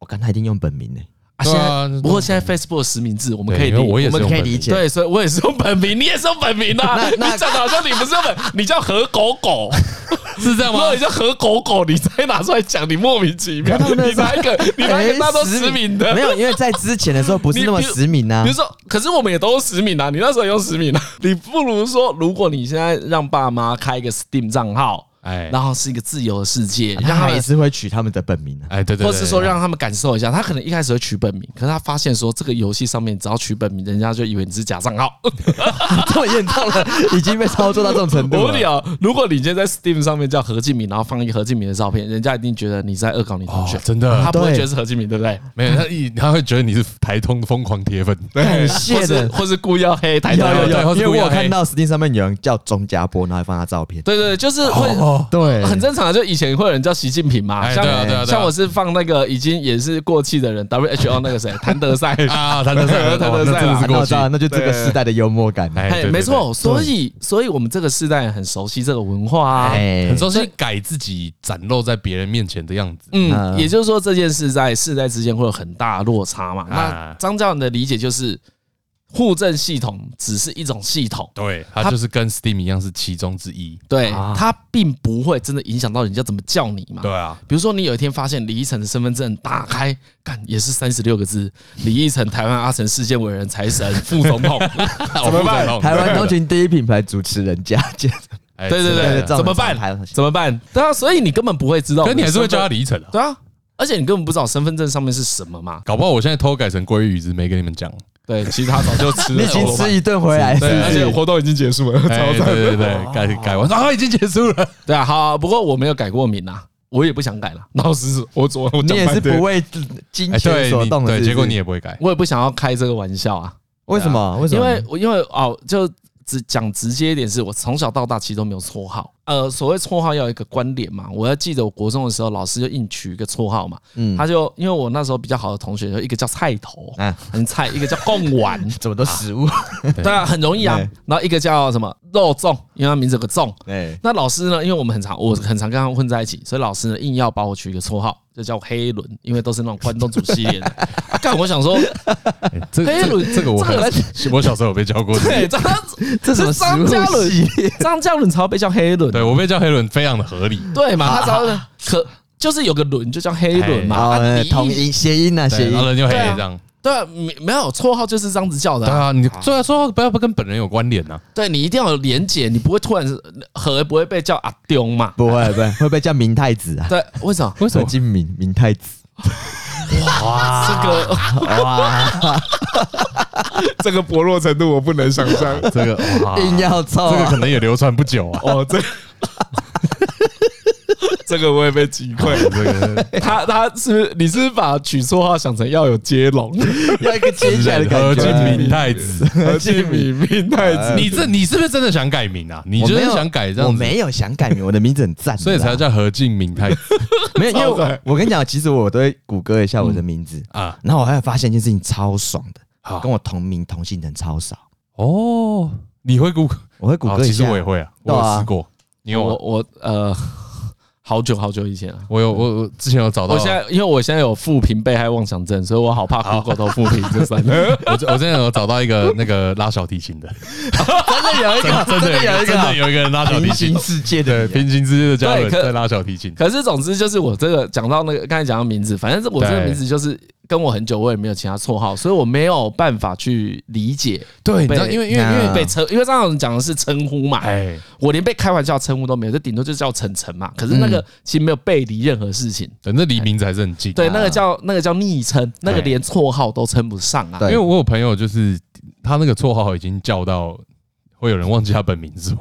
Speaker 2: 我看他一定用本名呢，
Speaker 1: 啊，
Speaker 3: 对
Speaker 1: 现
Speaker 3: 啊
Speaker 1: 在不过现在 Facebook 的实名制，我们
Speaker 3: 对
Speaker 1: 可以
Speaker 3: 因为
Speaker 1: 理，
Speaker 3: 我也是
Speaker 1: 们
Speaker 3: 用
Speaker 2: 可以
Speaker 3: 本名
Speaker 2: 理解。
Speaker 1: 对，所以我也是用本名，你也是用本名啊。你
Speaker 2: 那
Speaker 1: 讲的好像你不是用本，你叫何狗狗，
Speaker 3: 是这样
Speaker 1: 如
Speaker 3: 吗
Speaker 1: 果？你叫何狗狗，你再拿出来讲，你莫名其妙，
Speaker 2: 可是他们那
Speaker 1: 你拿一个，你拿一
Speaker 2: 哎
Speaker 1: 个大家都实名的
Speaker 2: 没。有，因为在之前的时候不是那么
Speaker 1: 你比如
Speaker 2: 实名啊
Speaker 1: 比如。说，可是我们也都是实名啊，你那时候也用实名啊，你不如说，如果你现在让爸妈开一个 Steam 账号，
Speaker 3: 哎
Speaker 1: 然后是一个自由的世界，
Speaker 3: 啊
Speaker 1: 让
Speaker 2: 他
Speaker 1: 他
Speaker 2: 还
Speaker 1: 们，
Speaker 2: 是会取他们的本名啊。
Speaker 3: 哎，对对，
Speaker 1: 或
Speaker 3: 对
Speaker 1: 是说让他们感受一下，他可能一开始会取本名，可是他发现说这个游戏上面只要取本名，人家就以为你是假账 号。
Speaker 2: 这么严重了，已经被操作到这种程
Speaker 1: 我
Speaker 2: 度
Speaker 1: 跟你
Speaker 2: 了。
Speaker 3: 啊
Speaker 1: 讲，如果你今天在 Steam 上面叫何敬明，然后放一个何敬明的照片，人家一定觉得你在恶搞你同
Speaker 3: 哦
Speaker 1: 学，
Speaker 3: 真的
Speaker 1: 他不会
Speaker 2: 对
Speaker 1: 觉得是何敬明，对不对？
Speaker 3: 没有他一他会觉得你是台通疯狂铁粉，
Speaker 2: 感
Speaker 1: 或
Speaker 2: 谢
Speaker 1: 是
Speaker 2: 的，
Speaker 1: 或是故意要黑台
Speaker 2: 有
Speaker 1: 湾
Speaker 3: 有
Speaker 2: 有
Speaker 3: 有
Speaker 2: 有，因为
Speaker 3: 或是
Speaker 2: 我
Speaker 3: 故意要
Speaker 2: 有
Speaker 3: 黑
Speaker 2: 看到 Steam 上面有人叫钟家波，然后还放他照片。
Speaker 1: 对对对，就是会。
Speaker 3: 哦，
Speaker 2: 对
Speaker 1: 很正常的，就以前会有人叫习近平嘛，
Speaker 3: 哎
Speaker 1: 像
Speaker 3: 对啊对啊对啊
Speaker 1: 像我是放那个已经也是过气的人，WHO 那个谁谭德 赛，
Speaker 3: 啊，谭 德赛，
Speaker 1: 谭德赛
Speaker 3: 哦那真的
Speaker 1: 啦
Speaker 2: 哦
Speaker 3: 是
Speaker 2: 啊那
Speaker 3: 过
Speaker 2: 我
Speaker 3: 去
Speaker 2: 知，道，那就这个时代的幽默感。啊
Speaker 3: 哎对
Speaker 1: 哎，
Speaker 3: 对
Speaker 1: 没错，
Speaker 3: 对
Speaker 1: 所以所以我们这个世代很熟悉这个文化啊，
Speaker 2: 哎
Speaker 3: 很熟悉改自己展露在别人面前的样子，
Speaker 1: 嗯，
Speaker 2: 嗯
Speaker 1: 也就是说这件事在世代之间会有很大的落差嘛。那
Speaker 3: 啊
Speaker 1: 张教授的理解就是，户政系统只是一种系统，
Speaker 3: 对
Speaker 1: 他
Speaker 3: 他就是跟 Steam 一样是其中之一，
Speaker 1: 对
Speaker 2: 啊
Speaker 1: 它并不会真的影响到人家怎么叫你嘛。
Speaker 3: 对 啊，
Speaker 1: 比如说，你有一天发现李依晨的身份证打开，干也是三十六个字，李依晨台湾阿成事件委员财神副总 统，
Speaker 3: 怎么办
Speaker 2: 台湾通勤第一品牌主持人家，
Speaker 3: 哎
Speaker 1: 对对
Speaker 2: 对
Speaker 1: 对，
Speaker 2: 这种
Speaker 1: 怎么
Speaker 2: 这种还有
Speaker 1: 办？怎么办？对啊，所以你根本不会知道，
Speaker 3: 可你还是会叫他，李晨啊。
Speaker 1: 对啊，而且你根本不知道身份证上面是什么嘛。
Speaker 3: 搞不好我现在偷改成鲑鱼子没跟你们讲，
Speaker 1: 对，其实他早就吃了，
Speaker 2: 你已经吃一顿回来，是哦
Speaker 3: 对
Speaker 2: 不
Speaker 1: 而且
Speaker 2: 是？
Speaker 1: 活动已经结束了，
Speaker 3: 哎
Speaker 1: 超
Speaker 3: 对对对对，改改完啊已经结束了，
Speaker 1: 对啊，好，不过我没有改过名啊，我也不想改了，
Speaker 3: 老师我昨我
Speaker 2: 你
Speaker 3: 讲
Speaker 2: 也
Speaker 3: 半
Speaker 2: 是
Speaker 3: 天
Speaker 2: 不为金
Speaker 3: 哎
Speaker 2: 钱
Speaker 3: 对
Speaker 2: 所
Speaker 3: 你
Speaker 2: 动的，
Speaker 3: 对，
Speaker 2: 是不是
Speaker 3: 结果你也不会改，
Speaker 1: 我也不想要开这个玩笑啊，
Speaker 2: 为什么？为什
Speaker 1: 因
Speaker 2: 么？
Speaker 1: 为我因为哦，就只讲直接一点，是我从小到大其实都没有绰号，呃，所谓绰号要有一个关联嘛，我要记得我国中的时候，老师就硬取一个绰号嘛，
Speaker 2: 嗯
Speaker 1: 他就因为我那时候比较好的同学，有一个叫菜头，
Speaker 2: 啊，
Speaker 1: 很菜，一个叫贡丸，
Speaker 2: 怎么都食物？
Speaker 1: 对啊，很容易啊
Speaker 2: 对，
Speaker 1: 然后一个叫什么肉粽，因为他名字有个粽，
Speaker 2: 哎，
Speaker 1: 那老师呢？因为我们很常，我很常跟他们混在一起，所以老师呢硬要把我取一个绰号，就叫我黑轮，因为都是那种关东煮系列的。 啊干、我想说，
Speaker 3: 哎这
Speaker 1: 黑
Speaker 3: 这
Speaker 1: 轮
Speaker 3: 这个我
Speaker 1: 这
Speaker 3: 很
Speaker 1: 个
Speaker 3: 我小时候有被教过，
Speaker 1: 对张
Speaker 2: 这什么食
Speaker 1: 张嘉
Speaker 2: 物系
Speaker 1: 伦，
Speaker 2: 列？
Speaker 1: 张嘉伦才会被叫黑轮，
Speaker 3: 对我被叫黑轮非常的合理，
Speaker 1: 对嘛？他只要可就是有个轮就叫黑轮嘛，
Speaker 2: 哦，
Speaker 1: 啊
Speaker 2: 哎
Speaker 1: 你
Speaker 2: 同音谐音啊，谐
Speaker 3: 对，
Speaker 2: 音
Speaker 3: 然后。人就黑
Speaker 1: 对啊
Speaker 3: 这样，
Speaker 1: 对啊，没没有绰号就是这样子叫的
Speaker 3: 对
Speaker 1: 啊、
Speaker 3: 啊，你最后说不要不跟本人有关联啊呐，
Speaker 1: 对你一定要有连结，你不会突然是呃何不会被叫阿丢嘛？
Speaker 2: 不会不会，会不会叫明太子啊？
Speaker 1: 对，为什么？
Speaker 3: 为什么
Speaker 2: 何？敬明明太子，
Speaker 1: 这个
Speaker 4: 这个薄弱程度我不能想象。
Speaker 3: 这个 哇，
Speaker 2: 硬要凑啊
Speaker 3: 这个可能也流传不久啊，
Speaker 4: 哦，这这个我也被击溃。
Speaker 3: 这个
Speaker 1: 他他是不是你是不是把取绰号想成要有接 龙？
Speaker 2: 要一个接起来的感觉。啊
Speaker 3: 何敬 明太子。
Speaker 4: 何敬明命太子，
Speaker 3: 你这你是不是真的想改名啊？你
Speaker 2: 我
Speaker 3: 就
Speaker 2: 没
Speaker 3: 是
Speaker 2: 有
Speaker 3: 想改这样
Speaker 2: 我
Speaker 3: 子，
Speaker 2: 没有想改名，我的名字很赞的啦，
Speaker 3: 所以才叫何敬明太子
Speaker 2: 没有。因为
Speaker 4: 超帅
Speaker 2: 我我跟你讲，其实我都会谷歌一下我的名字，
Speaker 3: 啊。
Speaker 2: 然后我还有发现一件事情超爽
Speaker 3: 好
Speaker 2: 的，跟我同名同姓的人超少。
Speaker 3: 哦，你会 Google？
Speaker 2: 我会谷歌
Speaker 3: 哦
Speaker 2: 一
Speaker 3: 其实
Speaker 2: 下，
Speaker 3: 我也会啊，我
Speaker 2: 对啊
Speaker 3: 有试过。你有
Speaker 1: 哎我
Speaker 3: 啊？
Speaker 1: 我呃，好久好久以前了。
Speaker 3: 我有我我之前有找到，
Speaker 1: 我现在因为我现在有负评被害妄想症，所以我好怕 Google 都负评这三个。
Speaker 3: 我之我之前有找到一个那个拉小提琴的，
Speaker 2: 真的有一个，
Speaker 3: 真的有一个真的有一个人拉小提
Speaker 2: 平
Speaker 3: 琴
Speaker 2: 行，世界的
Speaker 3: 对，
Speaker 2: 人
Speaker 3: 平行世界的家
Speaker 1: 对
Speaker 3: 人
Speaker 1: 可
Speaker 3: 在拉小提琴，
Speaker 1: 可是总之就是我这个讲到那个刚才讲到名字，反正这我这个
Speaker 3: 对
Speaker 1: 名字就是跟我很久我也没有其他绰号，所以我没有办法去理解
Speaker 3: 对，你
Speaker 1: 被
Speaker 3: 知道，因为因为因
Speaker 2: 那
Speaker 3: 为
Speaker 1: 被称，因为张老师讲的是称呼嘛，
Speaker 3: 哎，
Speaker 1: 我连被开玩笑称呼都没有，就顶多就叫晨晨嘛。可是那个其实没有背离任何事情，
Speaker 3: 反正离名字还是很近。啊
Speaker 1: 对，那个叫那个叫昵称，那个
Speaker 3: 对
Speaker 1: 连绰号都称不上啊。
Speaker 2: 对
Speaker 3: 因为我有朋友就是他那个绰号已经叫到会有人忘记他本名是吗？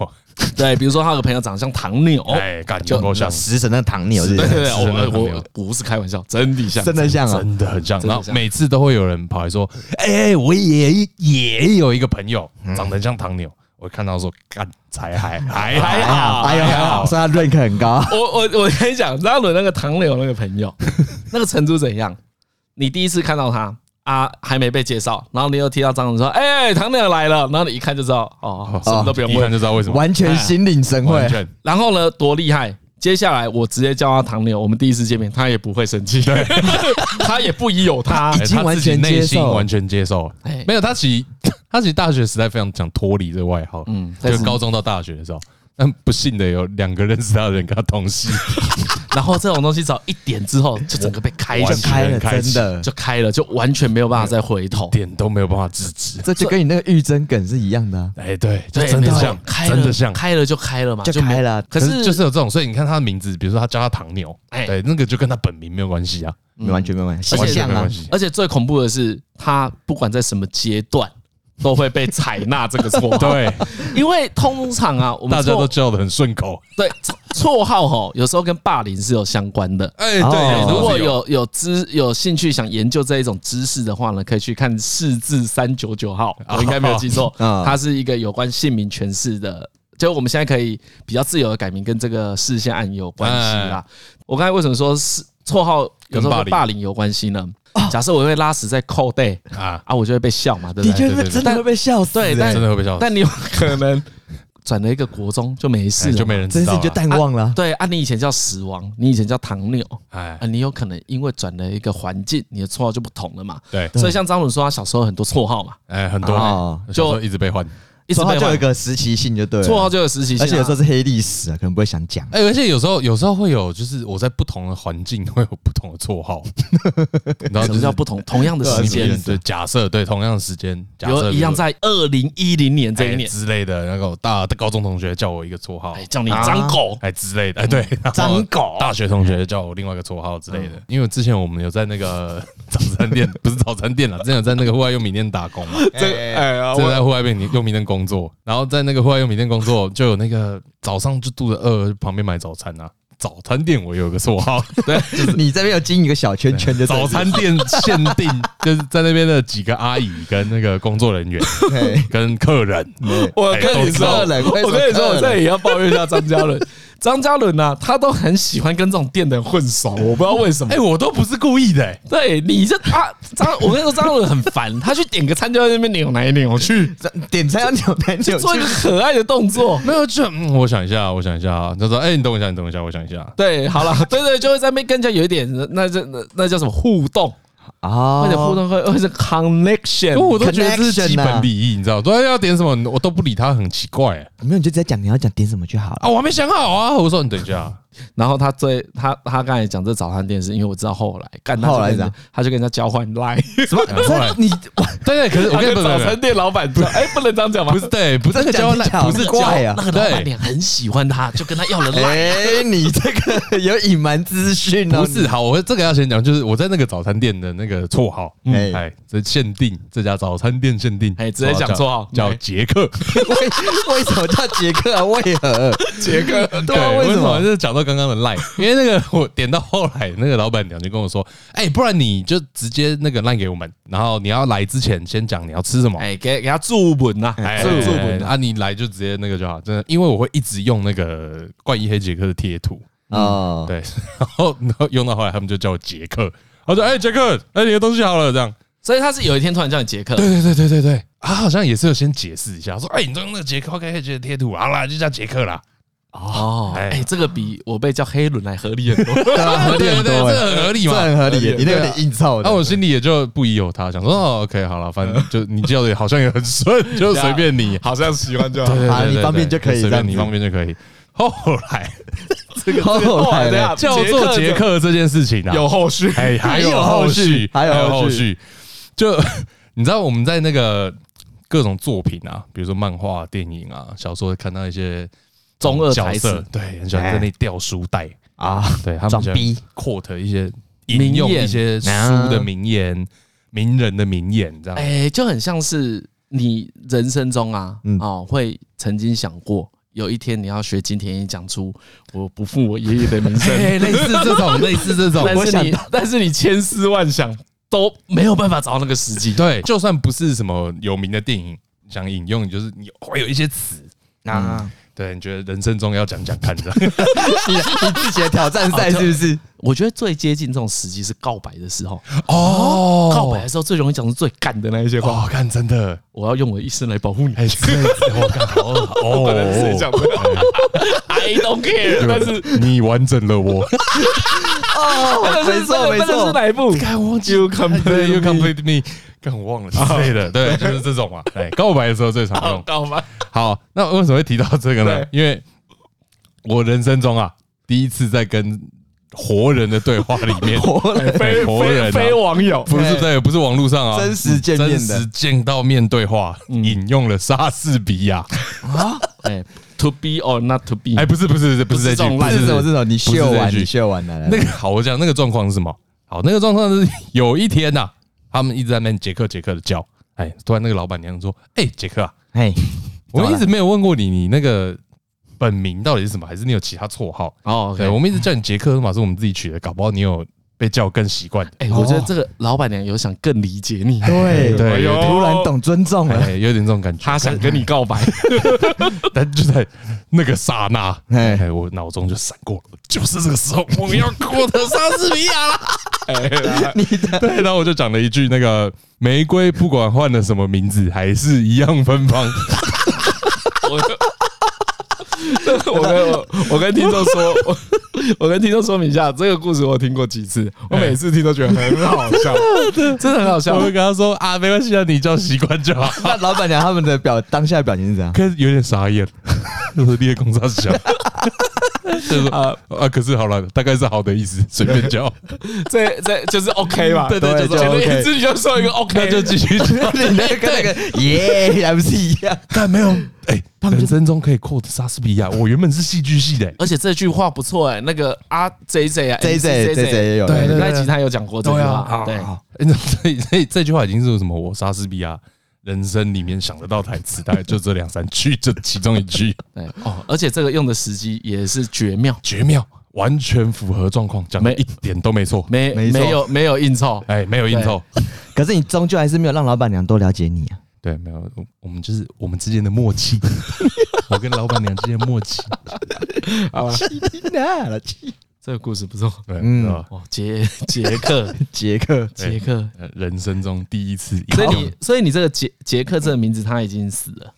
Speaker 1: 对，比如说他有个朋友长得像唐鸟，
Speaker 3: 哎，感觉
Speaker 1: 就
Speaker 3: 够像，
Speaker 2: 食神的糖尿是
Speaker 1: 对
Speaker 2: 不
Speaker 1: 对对，
Speaker 2: 是
Speaker 3: 是的
Speaker 1: 我
Speaker 3: 唐
Speaker 1: 我
Speaker 3: 鸟
Speaker 1: 我不是开玩笑，真的像，
Speaker 2: 真的像啊，
Speaker 3: 真的很像。
Speaker 1: 真的
Speaker 3: 然后
Speaker 1: 像
Speaker 3: 每次都会有人跑来说：“哎，我也也有一个朋友长得像唐牛。”我看到说：“干，才还还
Speaker 1: 还
Speaker 3: 还
Speaker 1: 好，
Speaker 3: 好，
Speaker 2: 哎呦，
Speaker 3: 还好。
Speaker 2: 所以他 rank 很高，
Speaker 1: 我我我跟你讲，张伦那个唐柳那个朋友，那个程度怎样？你第一次看到他啊，还没被介绍，然后你又听到张伦说：“哎、唐柳来了。”然后你一看就知道，哦，什么都不用
Speaker 3: 一看
Speaker 1: 问。
Speaker 3: 就知道为 什么，哎
Speaker 2: 完全心领神会
Speaker 3: 完。全
Speaker 1: 然后呢，多厉害！接下来我直接叫他唐柳，我们第一次见面，他也不会生气，对，他也不疑有他
Speaker 2: 已。经
Speaker 3: 哎他自己
Speaker 2: 完全接
Speaker 3: 内心
Speaker 2: 受
Speaker 3: 完全接受了
Speaker 1: 哎。
Speaker 3: 没有他其实他其实大学时代非常想脱离这个外号，
Speaker 1: 嗯
Speaker 3: 嗯，
Speaker 1: 但
Speaker 3: 就是高中到大学的时候，但不幸的有两个认识他的人跟他同系，
Speaker 1: 然后这种东西只要一点之后，就整个被开
Speaker 3: 完
Speaker 2: 就
Speaker 3: 全
Speaker 1: 启，
Speaker 2: 开了，
Speaker 3: 开
Speaker 2: 真
Speaker 3: 启
Speaker 2: 的，
Speaker 1: 就开了，就完全没有办法再回头
Speaker 3: 一。点都没有办法制止。
Speaker 2: 这就跟你那个玉珍梗是一样的啊。
Speaker 3: 哎，对，就
Speaker 1: 对，
Speaker 3: 真的
Speaker 1: 没错
Speaker 3: 像，
Speaker 1: 开了
Speaker 3: 真的像。
Speaker 1: 开了就开了嘛，
Speaker 2: 就
Speaker 1: 没
Speaker 2: 开了
Speaker 1: 可是
Speaker 3: 就是有这种，所以你看他的名字，比如说他叫他唐牛，
Speaker 1: 哎
Speaker 3: 对，那个就跟他本名没有关系啊，
Speaker 2: 没完全没关系，
Speaker 1: 而且
Speaker 2: 形象
Speaker 3: 没
Speaker 2: 啊
Speaker 3: 关，系。
Speaker 1: 而且最恐怖的是，他不管在什么阶段，都会被采纳这个绰号。，
Speaker 3: 对，
Speaker 1: 因为通常啊，我们
Speaker 3: 大家都
Speaker 1: 绰
Speaker 3: 叫的很顺口。
Speaker 1: 对绰绰号吼，有时候跟霸凌是有相关的。
Speaker 3: 哎，
Speaker 2: 哦
Speaker 3: 对，
Speaker 1: 如果
Speaker 3: 是
Speaker 1: 有有知有兴趣想研究这一种知识的话呢，可以去看四至三九九号，
Speaker 3: 哦
Speaker 1: 我应该没有记错，
Speaker 2: 嗯
Speaker 1: 它是一个有关姓名诠释的，就我们现在可以比较自由的改名，跟这个视线案有关系啦。我刚才为什么说是绰号有时候
Speaker 3: 哎跟霸
Speaker 1: 跟
Speaker 3: 凌
Speaker 1: 霸凌有关系呢？假设我被拉屎在扣带
Speaker 3: 啊，
Speaker 1: 啊，我就会被笑嘛，对不
Speaker 2: 的
Speaker 1: 对？
Speaker 2: 确会真的会被笑死。
Speaker 1: 对，
Speaker 2: 哎
Speaker 1: 但
Speaker 3: 真的会被笑死
Speaker 1: 但你有可能 转了一个国中就没事
Speaker 3: 哎
Speaker 1: 了，
Speaker 3: 就没人
Speaker 2: 这件
Speaker 3: 知
Speaker 2: 事
Speaker 3: 道
Speaker 2: 你就
Speaker 3: 了。
Speaker 2: 淡忘了啊。
Speaker 1: 对啊，你以前叫死亡，你以前叫唐牛
Speaker 3: 哎
Speaker 1: 啊，，你有可能因为转了一个环境，你的绰号就不同了嘛。
Speaker 3: 对，
Speaker 1: 所以像张伦说，他小时候很多绰号嘛，
Speaker 3: 哎，很多
Speaker 2: 哦
Speaker 3: 小时候一直被换。
Speaker 1: 一直
Speaker 2: 说
Speaker 1: 被
Speaker 2: 话就有一
Speaker 1: 换
Speaker 2: 个时期性就对了，
Speaker 1: 绰号就有实习性啊，
Speaker 2: 而且有时候是黑历史啊，可能不会想讲。
Speaker 3: 哎、而且有时候有时候会有，就是我在不同的环境会有不同的绰号，然后
Speaker 1: 什
Speaker 3: 就
Speaker 1: 么
Speaker 3: 是
Speaker 1: 叫不同同样的
Speaker 2: 对啊
Speaker 1: 时
Speaker 3: 你别
Speaker 1: 间
Speaker 3: 人，对假设对同样的时间，假
Speaker 1: 比如
Speaker 3: 设
Speaker 1: 一样在二零一零年这一
Speaker 3: 哎
Speaker 1: 年，
Speaker 3: 之类的，那个我大高中同学叫我一个绰号，
Speaker 1: 哎，
Speaker 3: 哎
Speaker 1: 叫你张狗，
Speaker 3: 之类的，哎对，然后
Speaker 2: 张狗
Speaker 3: 大学同学叫我另外一个绰号之类的，因为之前我们有在那个早餐店，不是早餐店了，之前有在那个户外用品店打工嘛，
Speaker 4: 这哎呀，
Speaker 3: 就
Speaker 4: 我
Speaker 3: 在户外用品用品店工作，然后在那个户外用品店工作，就有那个早上就肚子饿，旁边买早餐啊。早餐店我有个绰号，对，
Speaker 2: 你这边有经营一个小圈圈就对了
Speaker 3: 早 餐店限定， 就是在那边的几个阿姨跟那个工作人员
Speaker 2: 嘿
Speaker 3: 跟客人，
Speaker 1: 我
Speaker 3: 哎
Speaker 1: 跟你
Speaker 3: 都知
Speaker 1: 说，
Speaker 2: 客
Speaker 3: 道
Speaker 2: 人
Speaker 1: 我跟你说，我
Speaker 2: 客
Speaker 1: 这
Speaker 2: 人
Speaker 1: 里也要抱怨一下张嘉伦。 张嘉伦呢，他都很喜欢跟这种店的人混熟，我不知道为什么
Speaker 3: 哎、。我都不是故意的、哎
Speaker 1: 对你这啊，张，我跟你说，张嘉伦很烦，他去点个餐就在那边扭来扭 去，
Speaker 2: 点餐要扭来扭去
Speaker 1: 做一个可爱的动作。
Speaker 3: 没有就、嗯我想一下，我想一下啊，他说，哎、你等我一下，你等我一下，我想一下，
Speaker 1: 对，好 了，对对，就会在那边跟人家有一点，那这那那叫什么互动，
Speaker 2: 啊
Speaker 3: 哦
Speaker 1: 或者互动会会是 connection。
Speaker 3: 因为我都觉得这是
Speaker 2: Connection
Speaker 3: 基
Speaker 2: 啊
Speaker 3: 本礼仪，你知道，对，要点什么我都不理他，很奇怪、哎
Speaker 2: 没有你就直接讲你要讲点什么就好
Speaker 3: 啊，
Speaker 2: 了。
Speaker 3: 我还没想好啊，我说你等一下，
Speaker 1: 然后他最他他刚才讲这早餐店是因为我知道后来干，他就
Speaker 2: 后来
Speaker 1: 跟
Speaker 2: 怎
Speaker 1: 人
Speaker 2: 样
Speaker 1: 家他就跟人家交换 line，
Speaker 2: 什么？
Speaker 3: 后来
Speaker 2: 你
Speaker 3: 对对，可是我
Speaker 1: 他
Speaker 3: 跟
Speaker 1: 跟
Speaker 3: 你不
Speaker 1: 早
Speaker 3: 不不
Speaker 1: 餐店老板说，哎，不能这样讲吗
Speaker 3: 不？是对，不是那个交换
Speaker 2: 真的假的
Speaker 3: 不是交
Speaker 2: 怪啊
Speaker 1: 那个老板娘很喜欢他，就跟他要了 line。
Speaker 2: 哎，你这个有隐瞒资讯哦。
Speaker 3: 不是，好，我这个要先讲，就是我在那个早餐店的那个绰号，
Speaker 2: 哎
Speaker 3: 哎，这限定这家早餐店限定，
Speaker 1: 哎直接讲绰号
Speaker 3: 叫
Speaker 1: 哎
Speaker 3: 叫杰克，
Speaker 2: 你 为为什么叫杰克啊？为何？
Speaker 4: 杰 哥
Speaker 2: 对啊，
Speaker 3: 我
Speaker 2: 为什么
Speaker 3: 就是讲到刚刚的 line，因为那个我点到后来，那个老板娘就跟我说，哎，不然你就直接那个 line 给我们，然后你要来之前先讲你要吃什么，
Speaker 1: 哎，给给他注文呐，
Speaker 3: 哎，
Speaker 1: 注注
Speaker 3: 哎
Speaker 1: 文啊。
Speaker 3: 啊，你来就直接那个就好，真的，因为我会一直用那个冠一黑杰克的贴图，
Speaker 2: 哦，
Speaker 3: 对， 然后然后用到后来他们就叫我杰克，他说，哎，杰克，哎，你的东西好了，这样。
Speaker 1: 所以他是有一天突然叫你杰克，
Speaker 3: 对对对对对对，他好像也是有先解释一下，说哎、你用那个杰克 OK 杰克贴图，好啦，就叫杰克啦。
Speaker 1: 哦，
Speaker 3: 哎
Speaker 1: 哎，这个比我被叫黑轮还合理很 多。
Speaker 2: 对啊，合理很
Speaker 3: 对对
Speaker 2: 多
Speaker 3: 对
Speaker 2: 哎，
Speaker 3: 这很合理嘛
Speaker 2: 这很合理。你那有点硬凑
Speaker 3: 那、
Speaker 2: 的。
Speaker 3: 我心里也就不疑有他，想说哦 OK 好了，反正就你叫的好像也很顺， 就随便你。
Speaker 4: 好像喜欢就好
Speaker 3: 对。对
Speaker 2: 啊
Speaker 3: 对
Speaker 2: 你
Speaker 3: 对
Speaker 2: 方便就可以
Speaker 3: 随
Speaker 2: 这样
Speaker 3: 便你
Speaker 2: 子
Speaker 3: 方便就可以。后来
Speaker 2: 后来
Speaker 4: 对
Speaker 2: 呢
Speaker 4: 啊？
Speaker 3: 叫做杰克这件事情啊，
Speaker 4: 有后续，
Speaker 3: 哎还有
Speaker 2: 有
Speaker 3: 后
Speaker 2: 后
Speaker 3: 续
Speaker 2: 续，还有
Speaker 3: 有
Speaker 2: 后
Speaker 3: 后
Speaker 2: 续
Speaker 3: 续。就 你知道我们在那个各种作品啊，比如说漫画、电影啊、小说，看到一些
Speaker 1: 中二
Speaker 3: 角
Speaker 1: 台
Speaker 3: 色
Speaker 1: 词，
Speaker 3: 对，很喜欢在
Speaker 2: 哎
Speaker 3: 那里掉书袋。
Speaker 2: 啊，
Speaker 3: 对他们
Speaker 2: 装
Speaker 3: 喜欢
Speaker 2: 逼
Speaker 3: quote 一些
Speaker 1: 名
Speaker 3: 引用
Speaker 1: 言
Speaker 3: 啊一些书的名言、名人的名言这样。
Speaker 1: 哎，就很像是你人生中啊，
Speaker 2: 嗯
Speaker 1: 哦，会曾经想过有一天你要学金田一讲出我不负我爷爷的名声，
Speaker 3: 哎，类似这 种，类似这种，
Speaker 1: 但是
Speaker 3: 想
Speaker 1: 你但是你千思万想都没有办法找到那个时机。
Speaker 3: 对，就算不是什么有名的电影，想引用，就是你会有一些词，
Speaker 2: 啊，
Speaker 3: 对，你觉得人生中要讲讲看这样。
Speaker 2: 你你自己的挑战赛是不是？
Speaker 1: 我觉得最接近这种时机是告白的时候，
Speaker 3: 哦
Speaker 1: 告白的时候最容易讲出最干的那一些话。
Speaker 3: 哇，看真的，
Speaker 1: 我要用我的一生来保护你。
Speaker 3: 哎，真的， 我看好恶哦，
Speaker 4: 可能是讲的
Speaker 1: I don't care，但是
Speaker 3: 你完整了 我。
Speaker 2: 哦，没错没
Speaker 1: 那个是
Speaker 2: 错，
Speaker 1: 哪一部？
Speaker 3: 看哎忘记
Speaker 4: You complete
Speaker 3: you
Speaker 4: me
Speaker 3: complete me，看我忘了之类的，对，就是这种嘛。哎，告白的时候最常用。
Speaker 1: 告白
Speaker 3: 好，那为什么会提到这个呢
Speaker 4: 对？
Speaker 3: 因为我人生中啊，第一次在跟活人的对话里面，
Speaker 2: 活了，
Speaker 3: 哎
Speaker 1: 非
Speaker 3: 活人
Speaker 1: 非
Speaker 3: 啊
Speaker 1: 非网友，
Speaker 3: 不是对，不是网络上啊，
Speaker 2: 真实见面
Speaker 3: 真
Speaker 2: 的
Speaker 3: 实见到面对话，引用了莎士比亚。
Speaker 1: 哎，To be or not to be，
Speaker 3: 哎，不是不是
Speaker 1: 嗯不
Speaker 3: 不是这
Speaker 1: 是这
Speaker 3: 句，
Speaker 1: 种
Speaker 3: 不
Speaker 1: 烂
Speaker 2: 是
Speaker 3: 是
Speaker 2: 什么这种？你
Speaker 3: 不是
Speaker 2: 秀完
Speaker 3: 这句
Speaker 2: 你秀完来来
Speaker 3: 那
Speaker 2: 来，
Speaker 3: 个好，我讲那个状况是什么？好，那个状况是有一天呐、他们一直在那边杰克杰克的叫，哎，突然那个老板娘说：“哎、杰克啊，
Speaker 2: 哎，
Speaker 3: 我
Speaker 2: 怎么
Speaker 3: 们一
Speaker 2: 了
Speaker 3: 直没有问过你，你那个本名到底是什么，还是你有其他绰号？
Speaker 1: 哦
Speaker 3: 对，
Speaker 1: ，OK，
Speaker 3: 我们一直叫你杰克嘛，是我们自己取的，搞不好你有被叫更习惯的。
Speaker 1: 哎，我觉得这个老板娘有想更理解你，
Speaker 2: 对
Speaker 3: 对
Speaker 2: 我
Speaker 4: 有
Speaker 2: 突然懂尊重了，
Speaker 3: 哎，有点这种感觉，
Speaker 1: 她想跟你告白，
Speaker 3: 但就在那个刹那，
Speaker 2: 哎
Speaker 3: 哎，我脑中就闪过了，就是这个时候我们要过的莎士比 亚啦。哎
Speaker 2: 你的
Speaker 3: 对，然后我就讲了一句那个玫瑰，不管换了什么名字，还是一样芬 芳。
Speaker 1: 我跟我我跟听众说， 我我跟听众说明一下，这个故事我听过几次，我每次听都觉得很 好笑，真的很好笑
Speaker 3: 我。会跟他说啊，没关系啊，你叫习惯就好。
Speaker 2: 那老板娘他们的表当下的表情是怎 样？
Speaker 3: 可是有点傻眼，我说你的公差小，就是说啊啊，可是好了，大概是好的意思，随便叫，
Speaker 1: 这这就是 OK 吧？
Speaker 3: 对
Speaker 1: 就
Speaker 2: 对就 OK
Speaker 1: 前面一次你就说一 个 OK，
Speaker 3: 那就继续叫。
Speaker 2: 你那个跟那个耶还不是一样？
Speaker 3: 但没有，哎，人生中可以 quote 莎士比亚，我原本是戏剧系的、
Speaker 1: 而且这句话不错哎，那个啊 J J 啊
Speaker 2: J J
Speaker 1: MC
Speaker 2: J J 也有
Speaker 1: 对
Speaker 2: 对
Speaker 1: 对，
Speaker 2: 对
Speaker 1: 那集他有讲过这句话，
Speaker 3: 对
Speaker 1: 对，
Speaker 3: 啊，哎那 所以所以这句话已经是什么？我莎士比亚人生里面想得到台词，大概就这两三句，这其中一句
Speaker 1: 对哦，而且这个用的时机也是绝妙，
Speaker 3: 绝妙，完全符合状况，讲的
Speaker 1: 没
Speaker 3: 一点都没错。
Speaker 1: 没
Speaker 2: 没错
Speaker 1: 没有没有硬凑，
Speaker 3: 哎，没有应酬，
Speaker 2: 可是你终究还是没有让老板娘多了解你啊。
Speaker 3: 对，没有，我我们就是我们之间的默契， 我跟老板娘之间的默契，
Speaker 2: 那了，气
Speaker 1: 这个故事不错。
Speaker 3: 对，
Speaker 2: 嗯
Speaker 3: 是吧
Speaker 1: 哦，杰杰 克
Speaker 2: 杰克
Speaker 1: 杰克，
Speaker 3: 呃人生中第一次引
Speaker 1: 所以
Speaker 3: 用
Speaker 1: 你所以你这个杰杰克这个名字他已经死了，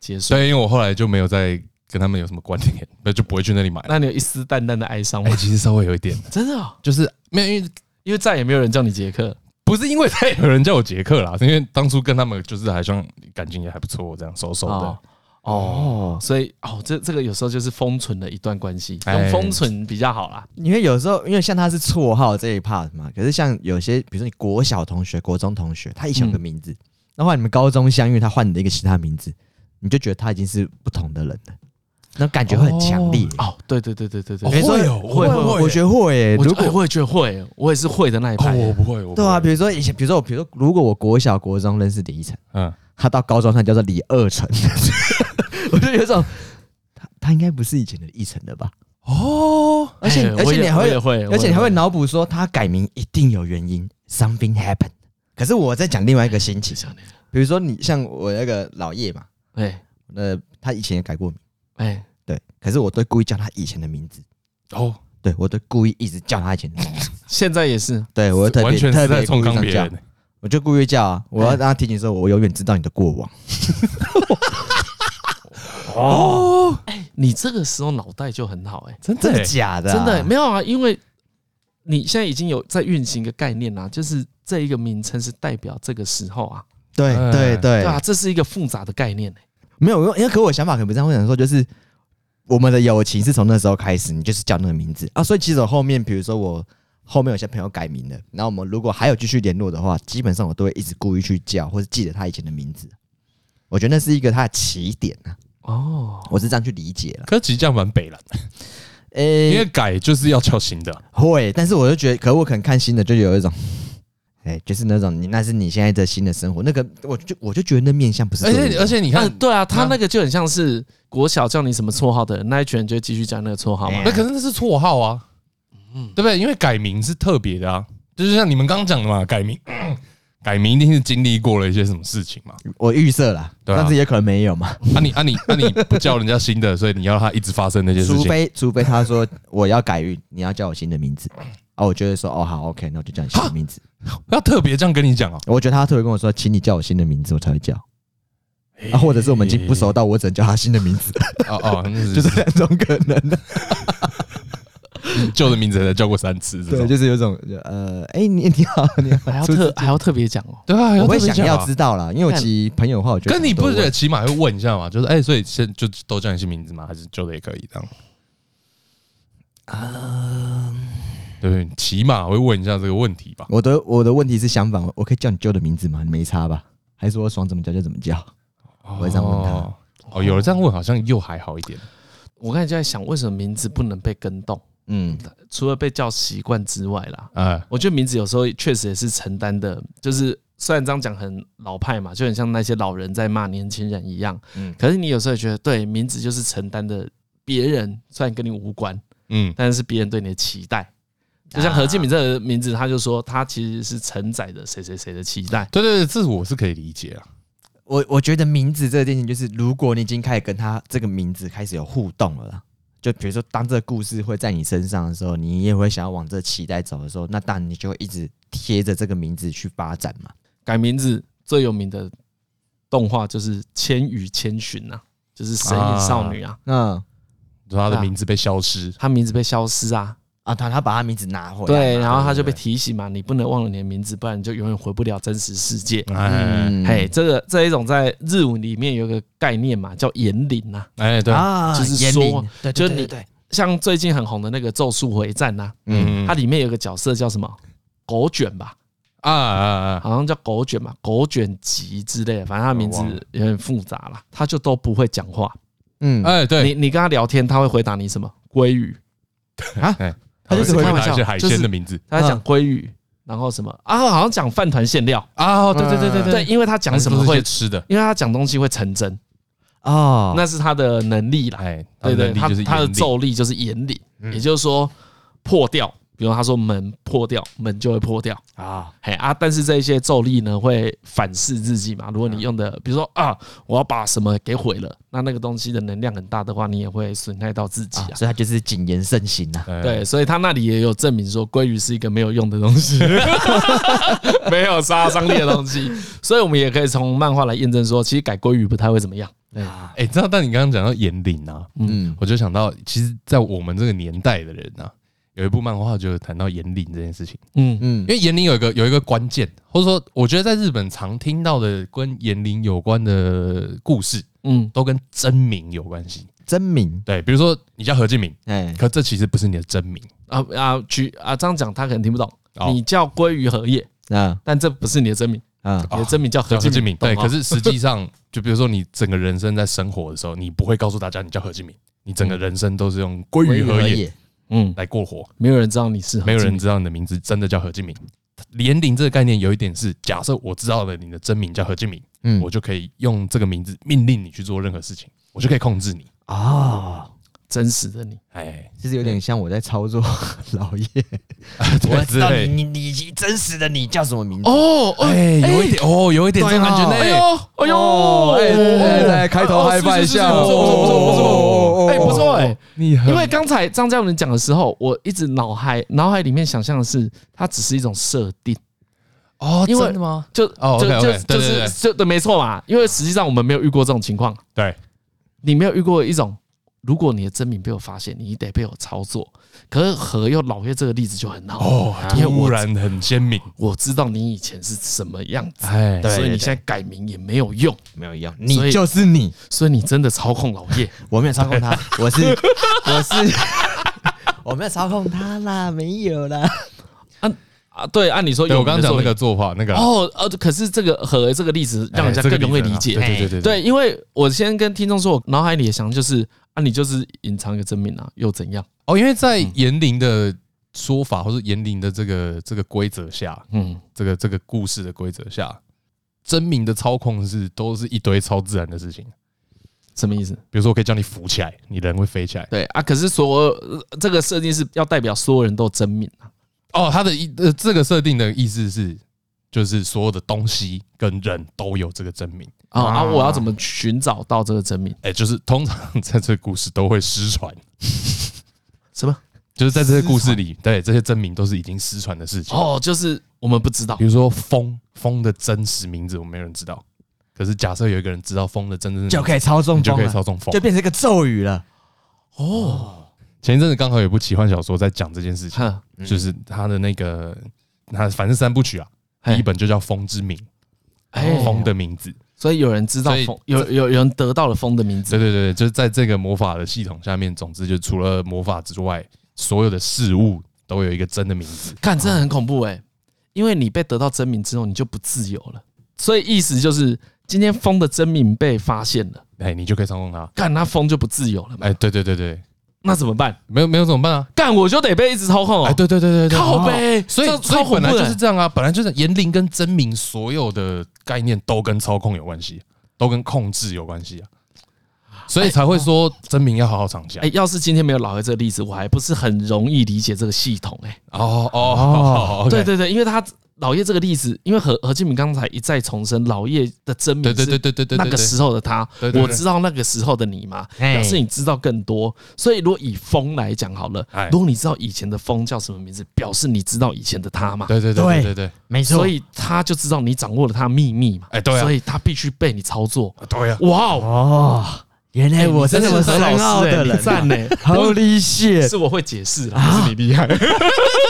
Speaker 1: 结束
Speaker 3: 所。以因为我后来就没有再跟他们有什么关联，那就不会去那里买了。
Speaker 1: 那你有一丝淡淡的哀伤吗
Speaker 3: 哎，？其实稍微有一点，
Speaker 1: 真的哦，
Speaker 3: 就是没有，因为
Speaker 1: 因为再也没有人叫你杰克。
Speaker 3: 不是因为他有人叫我杰克啦，是因为当初跟他们就是好像感情也还不错，这样熟熟
Speaker 1: 哦
Speaker 3: 的。
Speaker 2: 哦，
Speaker 1: 所以哦，这这个有时候就是封存的一段关系，
Speaker 3: 哎
Speaker 1: 用封存比较好啦。
Speaker 2: 因为有时候因为像他是绰号这一 part 嘛，可是像有些比如说你国小同学、国中同学，他以前有个名字，那后来你们高中相遇，他换了一个其他名字，你就觉得他已经是不同的人了，那感觉会很强烈。
Speaker 1: 哦，对对对对对对，
Speaker 3: 哦
Speaker 2: 比如说
Speaker 3: 会哦会会会
Speaker 2: 我觉得会耶。
Speaker 1: 我
Speaker 2: 哎如
Speaker 1: 哎
Speaker 2: 果
Speaker 1: 我也觉得会，我也是会的那一
Speaker 3: 哦，
Speaker 1: 派。哎
Speaker 3: 我不会，我不
Speaker 2: 对啊，
Speaker 3: 会
Speaker 2: 比如说以前，比如说我，比如说如果我国小、国中认识李一晨，
Speaker 3: 嗯，
Speaker 2: 他到高中他叫做李二晨， 我就有一种他他应该不是以前的一晨了吧？
Speaker 3: 哦，
Speaker 2: 而且
Speaker 1: 哎
Speaker 2: 而
Speaker 1: 我
Speaker 2: 且
Speaker 1: 也
Speaker 2: 你还
Speaker 1: 我
Speaker 2: 会
Speaker 1: 也会，
Speaker 2: 而且你还
Speaker 1: 我
Speaker 2: 会
Speaker 1: 也
Speaker 2: 脑补说他改名一定有原因，something happened。可是我在讲另外一个心情，比如说你像我那个老叶嘛，
Speaker 1: 哎
Speaker 2: 呃，他以前也改过名，
Speaker 1: 哎，
Speaker 2: 对，可是我都故意叫他以前的名字，
Speaker 3: 哦，
Speaker 2: 对我都故意一直叫他以前的名字，
Speaker 1: 现在也是
Speaker 2: 对我特
Speaker 3: 完
Speaker 2: 别
Speaker 3: 全
Speaker 2: 特
Speaker 3: 是在
Speaker 2: 别
Speaker 3: 冲
Speaker 2: 故意
Speaker 3: 康
Speaker 2: 这
Speaker 3: 别
Speaker 2: 样
Speaker 3: 人哎
Speaker 2: 叫，。我就故意叫啊，我要让他提醒说，我永远知道你的过往。
Speaker 3: 哦，
Speaker 1: 哎你这个时候脑袋就很好哎、
Speaker 3: 真
Speaker 2: 真
Speaker 3: 的
Speaker 2: 的
Speaker 3: 耶
Speaker 2: 假的啊？
Speaker 1: 真的、没有啊，因为你现在已经有在运行一个概念啦、啊就是这一个名称是代表这个时候啊，
Speaker 2: 对
Speaker 3: 哎
Speaker 2: 对对
Speaker 1: 对啊，这是一个复杂的概念、欸、
Speaker 2: 没有，因为因为可我想法可能不这样，我想说就是我们的友情是从那时候开始，你就是叫那个名字啊，所以其实我后面比如说我后面有些朋友改名了，然后我们如果还有继续联络的话，基本上我都会一直故意去叫或者记得他以前的名字，我觉得那是一个他的起点啊，
Speaker 1: 哦，
Speaker 2: 我是这样去理解了。
Speaker 3: 可是其实这样蛮北了，因
Speaker 2: 诶、
Speaker 3: 为改就是要叫新的，啊
Speaker 2: 会，但是我就觉得，可我可能看新的就有一种，哎、哎，就是那种你那是你现在的新的生活，那个我就我就觉得那面相不是
Speaker 3: 而
Speaker 2: 做运
Speaker 3: 且
Speaker 2: 动，
Speaker 3: 而且你
Speaker 1: 你看
Speaker 3: 看，，
Speaker 1: 对啊，他那个就很像是国小叫你什么绰号的人，那一群人就继续讲那个绰号嘛
Speaker 2: 哎。
Speaker 3: 那可是那是绰号啊，对不对？因为改名是特别的啊，就是像你们刚刚讲的嘛，改名改名一定是经历过了一些什么事情嘛。
Speaker 2: 我预设啦，
Speaker 3: 对啊
Speaker 2: 但是也可能没有嘛，
Speaker 3: 啊你啊你啊你不叫人家新的，所以你要他一直发生那些事
Speaker 2: 除
Speaker 3: 情。
Speaker 2: 非除非他说我要改运，你要叫我新的名 字啊，我就会说哦好 OK，那我就叫你新的名字。
Speaker 3: 要特别这样跟你讲哦，
Speaker 2: 我觉得他特别跟我说，请你叫我新的名字，我才会叫。啊，或者是我们已经不熟到我只能叫他 新的名字，
Speaker 3: 哦哦，那是
Speaker 2: 就
Speaker 3: 就是是
Speaker 2: 两种可能的。
Speaker 3: 旧的名字才叫过三次，这
Speaker 2: 对，
Speaker 3: 种
Speaker 2: 就是有一种呃，哎、你你好，你好，
Speaker 1: 还要 特还要特别讲哦，
Speaker 3: 对啊，
Speaker 2: 我会
Speaker 3: 特别
Speaker 2: 想
Speaker 3: 讲啊
Speaker 2: 要知道啦，因为我其实朋友的话，我觉得
Speaker 3: 可你不
Speaker 2: 是
Speaker 3: 是起码会问一下嘛？就是哎、所以现就都叫你新名字吗？还是旧的也可以这样？
Speaker 2: 嗯
Speaker 3: 啊、对，你起码会问一下这个问题吧。
Speaker 2: 我的我的问题是相反，我我可以叫你旧的名字吗？你没差吧？还是我爽怎么叫就怎么叫？我会这样问他
Speaker 3: 哦。哦，有人这样问，好像又还好一点。
Speaker 1: 我刚才就在想，为什么名字不能被跟动？
Speaker 2: 嗯，
Speaker 1: 除了被叫习惯之外啦，
Speaker 3: 哎、
Speaker 1: 我觉得名字有时候确实也是承担的，就是虽然这样讲很老派嘛，就很像那些老人在骂年轻人一样，
Speaker 2: 嗯
Speaker 1: 可是你有时候也觉得，对，名字就是承担的别人，虽然跟你无关，
Speaker 3: 嗯，
Speaker 1: 但是别人对你的期待。就像何敬敏这个名字，他就说他其实是承载着谁谁谁的期待。
Speaker 3: 对对对，这我是可以理解啊。
Speaker 2: 我我觉得名字这件事情，就是如果你已经开始跟他这个名字开始有互动了啦，就比如说当这个故事会在你身上的时候，你也会想要往这期待走的时候，那当然你就会一直贴着这个名字去发展嘛。
Speaker 1: 改名字最有名的动画就是《千与千寻》呐，就是《神隐少女》啊，
Speaker 2: 嗯
Speaker 3: 就他的名字被消失，
Speaker 1: 她名字被消失啊，
Speaker 2: 啊，他他把他名字拿回来
Speaker 1: 对，
Speaker 2: 嘛，
Speaker 1: 然后他就被提醒嘛，你不能忘了你的名字，不然你就永远回不了真实世界。
Speaker 3: 哎
Speaker 2: 嗯
Speaker 1: 嘿，这个这一种在日文里面有一个概念嘛，叫言灵呐。
Speaker 3: 哎，对，
Speaker 2: 啊，
Speaker 1: 就是
Speaker 2: 言
Speaker 1: 说
Speaker 2: 灵对，
Speaker 1: 就
Speaker 2: 对
Speaker 1: 是
Speaker 2: 对
Speaker 1: 你
Speaker 2: 对，
Speaker 1: 像最近很红的那个《咒术回战》呐，
Speaker 2: 嗯，
Speaker 1: 它里面有个角色叫什么狗卷吧，
Speaker 3: 啊啊啊，
Speaker 1: 好像叫狗卷吧，狗卷吉之类的，反正他名字
Speaker 3: 我忘了
Speaker 1: 有点复杂啦。他就都不会讲话，
Speaker 2: 嗯，
Speaker 3: 哎，对，
Speaker 1: 你你跟他聊天，他会回答你什么？鲑鱼，
Speaker 2: 他就是
Speaker 3: 回
Speaker 2: 开
Speaker 1: 玩
Speaker 3: 答
Speaker 1: 笑
Speaker 3: 一些海
Speaker 1: 就
Speaker 3: 鲜
Speaker 1: 是
Speaker 3: 的名字
Speaker 1: 他在讲鲑鱼，然后什么啊？好像讲饭团馅料，
Speaker 3: 啊，哦对对对对
Speaker 1: 对，，
Speaker 3: 哎
Speaker 1: 因为他讲什么
Speaker 3: 都是
Speaker 1: 会
Speaker 3: 些，吃的？
Speaker 1: 因为他讲东西会成真，
Speaker 2: 哦，
Speaker 1: 那是他的能力啦。
Speaker 3: 哎，
Speaker 1: 对对，
Speaker 3: 他
Speaker 1: 他他的
Speaker 3: 的能力就是眼力
Speaker 1: 咒力就是引领，也就是说破掉。比如他说门破掉，门就会破掉。
Speaker 2: 啊，
Speaker 1: 嘿啊，但是这些咒力呢会反噬自己嘛。如果你用的，比如说啊，我要把什么给毁了，那那个东西的能量很大的话，你也会损害到自己
Speaker 2: 啊
Speaker 1: 啊。
Speaker 2: 所以他就是谨言慎行啊呐，
Speaker 3: 哎
Speaker 1: 对，所以他那里也有证明说，鲑鱼是一个没有用的东西，没有杀伤力的东西。所以我们也可以从漫画来验证说，其实改鲑鱼不太会怎么样。
Speaker 2: 啊，
Speaker 3: 哎、知道？但你刚刚讲到眼顶啊，
Speaker 2: 嗯，
Speaker 3: 我就想到，其实，在我们这个年代的人啊，有一部漫画就有谈到眼顶这件事情，
Speaker 1: 嗯，
Speaker 2: 嗯
Speaker 3: 因，为眼顶有一个有一个关键，或者说，我觉得在日本常听到的跟眼顶有关的故事，
Speaker 1: 嗯，
Speaker 3: 都跟真名有关系。
Speaker 2: 真名，
Speaker 3: 对，比如说你叫何敬明，
Speaker 2: 哎，
Speaker 3: 可这其实不是你的真名，
Speaker 1: 啊啊，举啊这样讲他可能听不懂。
Speaker 3: 哦
Speaker 1: 你叫鲑鱼荷叶，
Speaker 2: 啊
Speaker 1: 但这不是你的真名，
Speaker 2: 啊，
Speaker 1: 你的真名叫何
Speaker 3: 哦叫何敬
Speaker 1: 敬
Speaker 3: 明。啊
Speaker 1: 明。
Speaker 3: 对，
Speaker 1: 懂吗
Speaker 3: 可是实际上，就比如说你整个人生在生活的时候，你不会告诉大家你叫何敬明，你整个人生都是用嗯归于
Speaker 2: 何
Speaker 3: 何也
Speaker 2: 也，
Speaker 1: 嗯，
Speaker 3: 来过活。
Speaker 1: 没有人知道你是何
Speaker 3: 没有
Speaker 1: 敬
Speaker 3: 人
Speaker 1: 明
Speaker 3: 知道你的名字真的叫何敬明。年龄这个概念有一点是，假设我知道了你的真名叫何敬明，
Speaker 2: 嗯
Speaker 3: 我就可以用这个名字命令你去做任何事情，我就可以控制你。
Speaker 2: 哦，
Speaker 1: 真实的你。
Speaker 3: 哎，
Speaker 2: 其实有点像我在操作老叶，
Speaker 3: 对
Speaker 2: 知道你
Speaker 3: 对
Speaker 2: 你你你真实的你叫什么名字？
Speaker 1: 哦，
Speaker 3: 哎，有一点哦，有一点这种感觉
Speaker 1: 哎
Speaker 3: 呢。
Speaker 1: 呦，哎
Speaker 3: 哦
Speaker 1: 呦，
Speaker 3: 哎
Speaker 2: 来开头嗨翻一下，
Speaker 1: 不错不错不错，哎不错哎。
Speaker 3: 你
Speaker 1: 因为刚才张嘉文讲的时候，我一直脑海脑海里面想象的是，它只是一种设定，
Speaker 3: 哦，
Speaker 1: 因为
Speaker 3: 真的吗？
Speaker 1: 就
Speaker 3: 哦
Speaker 1: 就就
Speaker 3: OK，OK，对
Speaker 1: 就
Speaker 3: 对
Speaker 1: 是
Speaker 3: 对
Speaker 1: 就对，没错嘛。因为实际上我们没有遇过这种情况，
Speaker 3: 对，
Speaker 1: 你没有遇过一种，如果你的真名被我发现，你得被我操作。可是何又老岳这个例子就很好，
Speaker 3: 哦，
Speaker 1: 因为
Speaker 3: 突
Speaker 1: 我
Speaker 3: 然很鲜明，
Speaker 1: 我知道你以前是什么样子，
Speaker 3: 哎，
Speaker 2: 对
Speaker 1: 所以你现在改名也没有用，
Speaker 2: 没有用，
Speaker 1: 所
Speaker 2: 你
Speaker 1: 以
Speaker 2: 就是你，
Speaker 1: 所以你真的操控老叶。
Speaker 2: 我没有操控他，我是我是我没有操控他啦，没有啦，
Speaker 1: 啊，对，按理说
Speaker 3: 对
Speaker 1: 有
Speaker 3: 我刚刚
Speaker 1: 名的
Speaker 3: 讲
Speaker 1: 作
Speaker 3: 那个做法，那个
Speaker 1: 品哦，呃，可是这个和这个例子让人家
Speaker 3: 哎这个
Speaker 1: 更容易
Speaker 3: 很
Speaker 1: 理
Speaker 3: 好
Speaker 1: 解。
Speaker 3: 对对对对
Speaker 1: 对，因为我先跟听众说，我脑海里的想法就是啊，你就是隐藏一个真名啊，又怎样？
Speaker 3: 嗯哦，因为在严龄的说法或是严令的这个这个规则下，
Speaker 1: 嗯，
Speaker 3: 这个这个故事的规则下，真名的操控是都是一堆超自然的事情。
Speaker 1: 什么意思？
Speaker 3: 比如说，我可以叫你浮起来，你人会飞起来。
Speaker 1: 对啊，可是所有呃这个设定是要代表所有人都有真名啊。
Speaker 3: 哦，它的意呃，这个设定的意思是，就是所有的东西跟人都有这个真名。
Speaker 1: 啊啊！
Speaker 4: 啊
Speaker 1: 我要怎么寻找到这个真名？
Speaker 3: 哎、就是通常在这个故事都会失传，
Speaker 1: 什么？
Speaker 3: 就是在这些故事里，对这些真名都是已经失传的事情。
Speaker 1: 哦，就是我们不知道
Speaker 3: 比。如说风，风的真实名字我们没有人知道，可是假设有一个人知道风的真正名字，
Speaker 2: 就可以操纵
Speaker 3: 你就
Speaker 2: 风
Speaker 3: 可以
Speaker 2: 了，
Speaker 3: 操纵风
Speaker 2: 就。变成一个咒语了。
Speaker 3: 前一阵子刚好有一部奇幻小说在讲这件事情，
Speaker 1: 哼，
Speaker 3: 就是他的那个，他反正三部曲啊，
Speaker 1: 嘿
Speaker 3: 第一本就叫《风之名》，
Speaker 1: 哎
Speaker 3: 风的名字。
Speaker 1: 所以有人知道
Speaker 3: 所以
Speaker 1: 风，有有有人得到了风的名字
Speaker 3: 对对对，对就是在这个魔法的系统下面，总之就除了魔法之外，所有的事物都有一个真的名字。
Speaker 1: 看真的很恐怖哎、因为你被得到真名之后，你就不自由了。所以意思就是，今天风的真名被发现了，
Speaker 3: 哎，你就可以操控它。
Speaker 1: 干那风就不自由了嘛？
Speaker 3: 哎，对对对对，
Speaker 1: 那怎么办？
Speaker 3: 没有没有怎么办啊？
Speaker 1: 干我就得被一直操控
Speaker 3: 哎，
Speaker 1: 哦。
Speaker 3: 对对对对对，
Speaker 1: 靠
Speaker 3: 哦
Speaker 1: 呗，
Speaker 3: 所以
Speaker 1: 这
Speaker 3: 所
Speaker 1: 超
Speaker 3: 以
Speaker 1: 恐
Speaker 3: 本来
Speaker 1: 怖
Speaker 3: 就
Speaker 1: 的
Speaker 3: 是这样啊，本来就是言灵跟真名所有的概念都跟操控有关系，啊都跟控制有关系啊，所以才会说真名要好好藏起
Speaker 1: 哎、
Speaker 3: 来。
Speaker 1: 要是今天没有老黑这个例子，我还不是很容易理解这个系统哎、
Speaker 3: 哦哦哦，
Speaker 1: 对对对，因为他老叶这个例子，因为何何敬明刚才一再重申，老叶的真名
Speaker 3: 对对对
Speaker 1: 是
Speaker 3: 对对对，
Speaker 1: 那个时候的他，
Speaker 3: 对对对
Speaker 1: 我知道那个时候的你嘛，
Speaker 2: 哎
Speaker 1: 表示你知道更多。所以如果以风来讲好了
Speaker 3: 哎，
Speaker 1: 如果你知道以前的风叫什么名字，表示你知道以前的他嘛。
Speaker 3: 对对对对对对，
Speaker 2: 没错，
Speaker 1: 所以他就知道你掌握了他的秘密嘛，
Speaker 3: 哎对啊
Speaker 1: 所以他必须被你操作。
Speaker 3: 对呀，
Speaker 1: 哇哦，
Speaker 2: 哦，原来我
Speaker 1: 真
Speaker 2: 这么
Speaker 1: 是何
Speaker 2: 深
Speaker 1: 老
Speaker 2: 奥
Speaker 1: 师
Speaker 2: 的
Speaker 1: 哎，你
Speaker 2: 人
Speaker 1: 赞啊
Speaker 2: 啊
Speaker 1: 呢，
Speaker 2: ，Holy shit！
Speaker 1: 是我会解释啦，不是你厉害。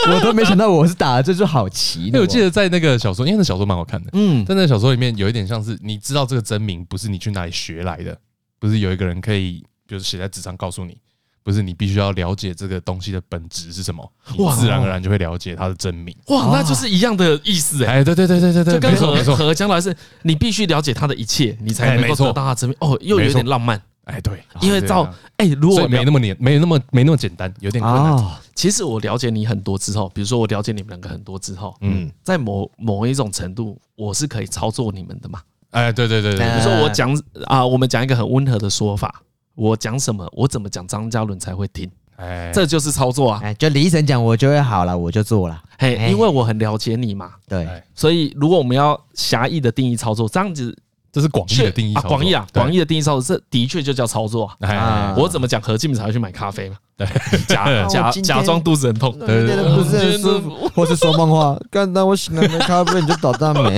Speaker 2: 我都没想到我是打了这就好奇
Speaker 3: 因
Speaker 2: 呢。
Speaker 3: 哎为我记得在那个小说，因为那小说蛮好看的，
Speaker 1: 嗯，
Speaker 3: 但那小说里面有一点像是你知道这个真名不是你去哪里学来的，不是有一个人可以就是写在纸上告诉你。不是你必须要了解这个东西的本质是什么，你
Speaker 1: 哇哦
Speaker 3: 自然而然就会了解它的真名。
Speaker 1: 哇，那就是一样的意思哎。
Speaker 3: 哎，对对对对对对，
Speaker 1: 就跟
Speaker 3: 没错
Speaker 1: 何
Speaker 3: 没错，
Speaker 1: 何将来是，你必须了解他的一切，你才
Speaker 3: 哎
Speaker 1: 能
Speaker 3: 没
Speaker 1: 够
Speaker 3: 错
Speaker 1: 得到他的真面。哦，又有
Speaker 3: 没错
Speaker 1: 点浪漫，
Speaker 3: 哎对，
Speaker 1: 因为到哎，如果
Speaker 3: 所以没那么简，没那么没那么简单，有点困
Speaker 1: 哦
Speaker 3: 难。
Speaker 2: 啊，
Speaker 1: 其实我了解你很多之后，比如说我了解你们两个很多之后，
Speaker 3: 嗯，
Speaker 1: 在某某一种程度，我是可以操作你们的嘛。
Speaker 3: 哎，对对对对
Speaker 1: 比
Speaker 2: 哎
Speaker 3: 对，
Speaker 1: 如说我讲啊，我们讲一个很温和的说法，我讲什么，我怎么讲，张嘉伦才会听，
Speaker 3: 哎，
Speaker 1: 这就是操作啊。
Speaker 2: 哎，就李医生讲，我就会好了，我就做了。
Speaker 1: 嘿，
Speaker 2: 哎
Speaker 1: 因为我很了解你嘛，
Speaker 2: 对
Speaker 3: 哎，
Speaker 1: 所以如果我们要狭义的定义操作，这样子
Speaker 3: 这是广义的定义
Speaker 1: 啊，广义啊，广
Speaker 3: 义。
Speaker 1: 义的定义操作，这的确就叫操作啊。
Speaker 3: 哎哎，
Speaker 2: 啊
Speaker 1: 我怎么讲何进才会去买咖啡嘛？
Speaker 3: 对，
Speaker 1: 假假
Speaker 2: 我今天
Speaker 1: 假装肚子很痛，
Speaker 3: 对对对
Speaker 2: 不是很舒服，或是说梦话，干到我醒来没咖啡你就倒大霉。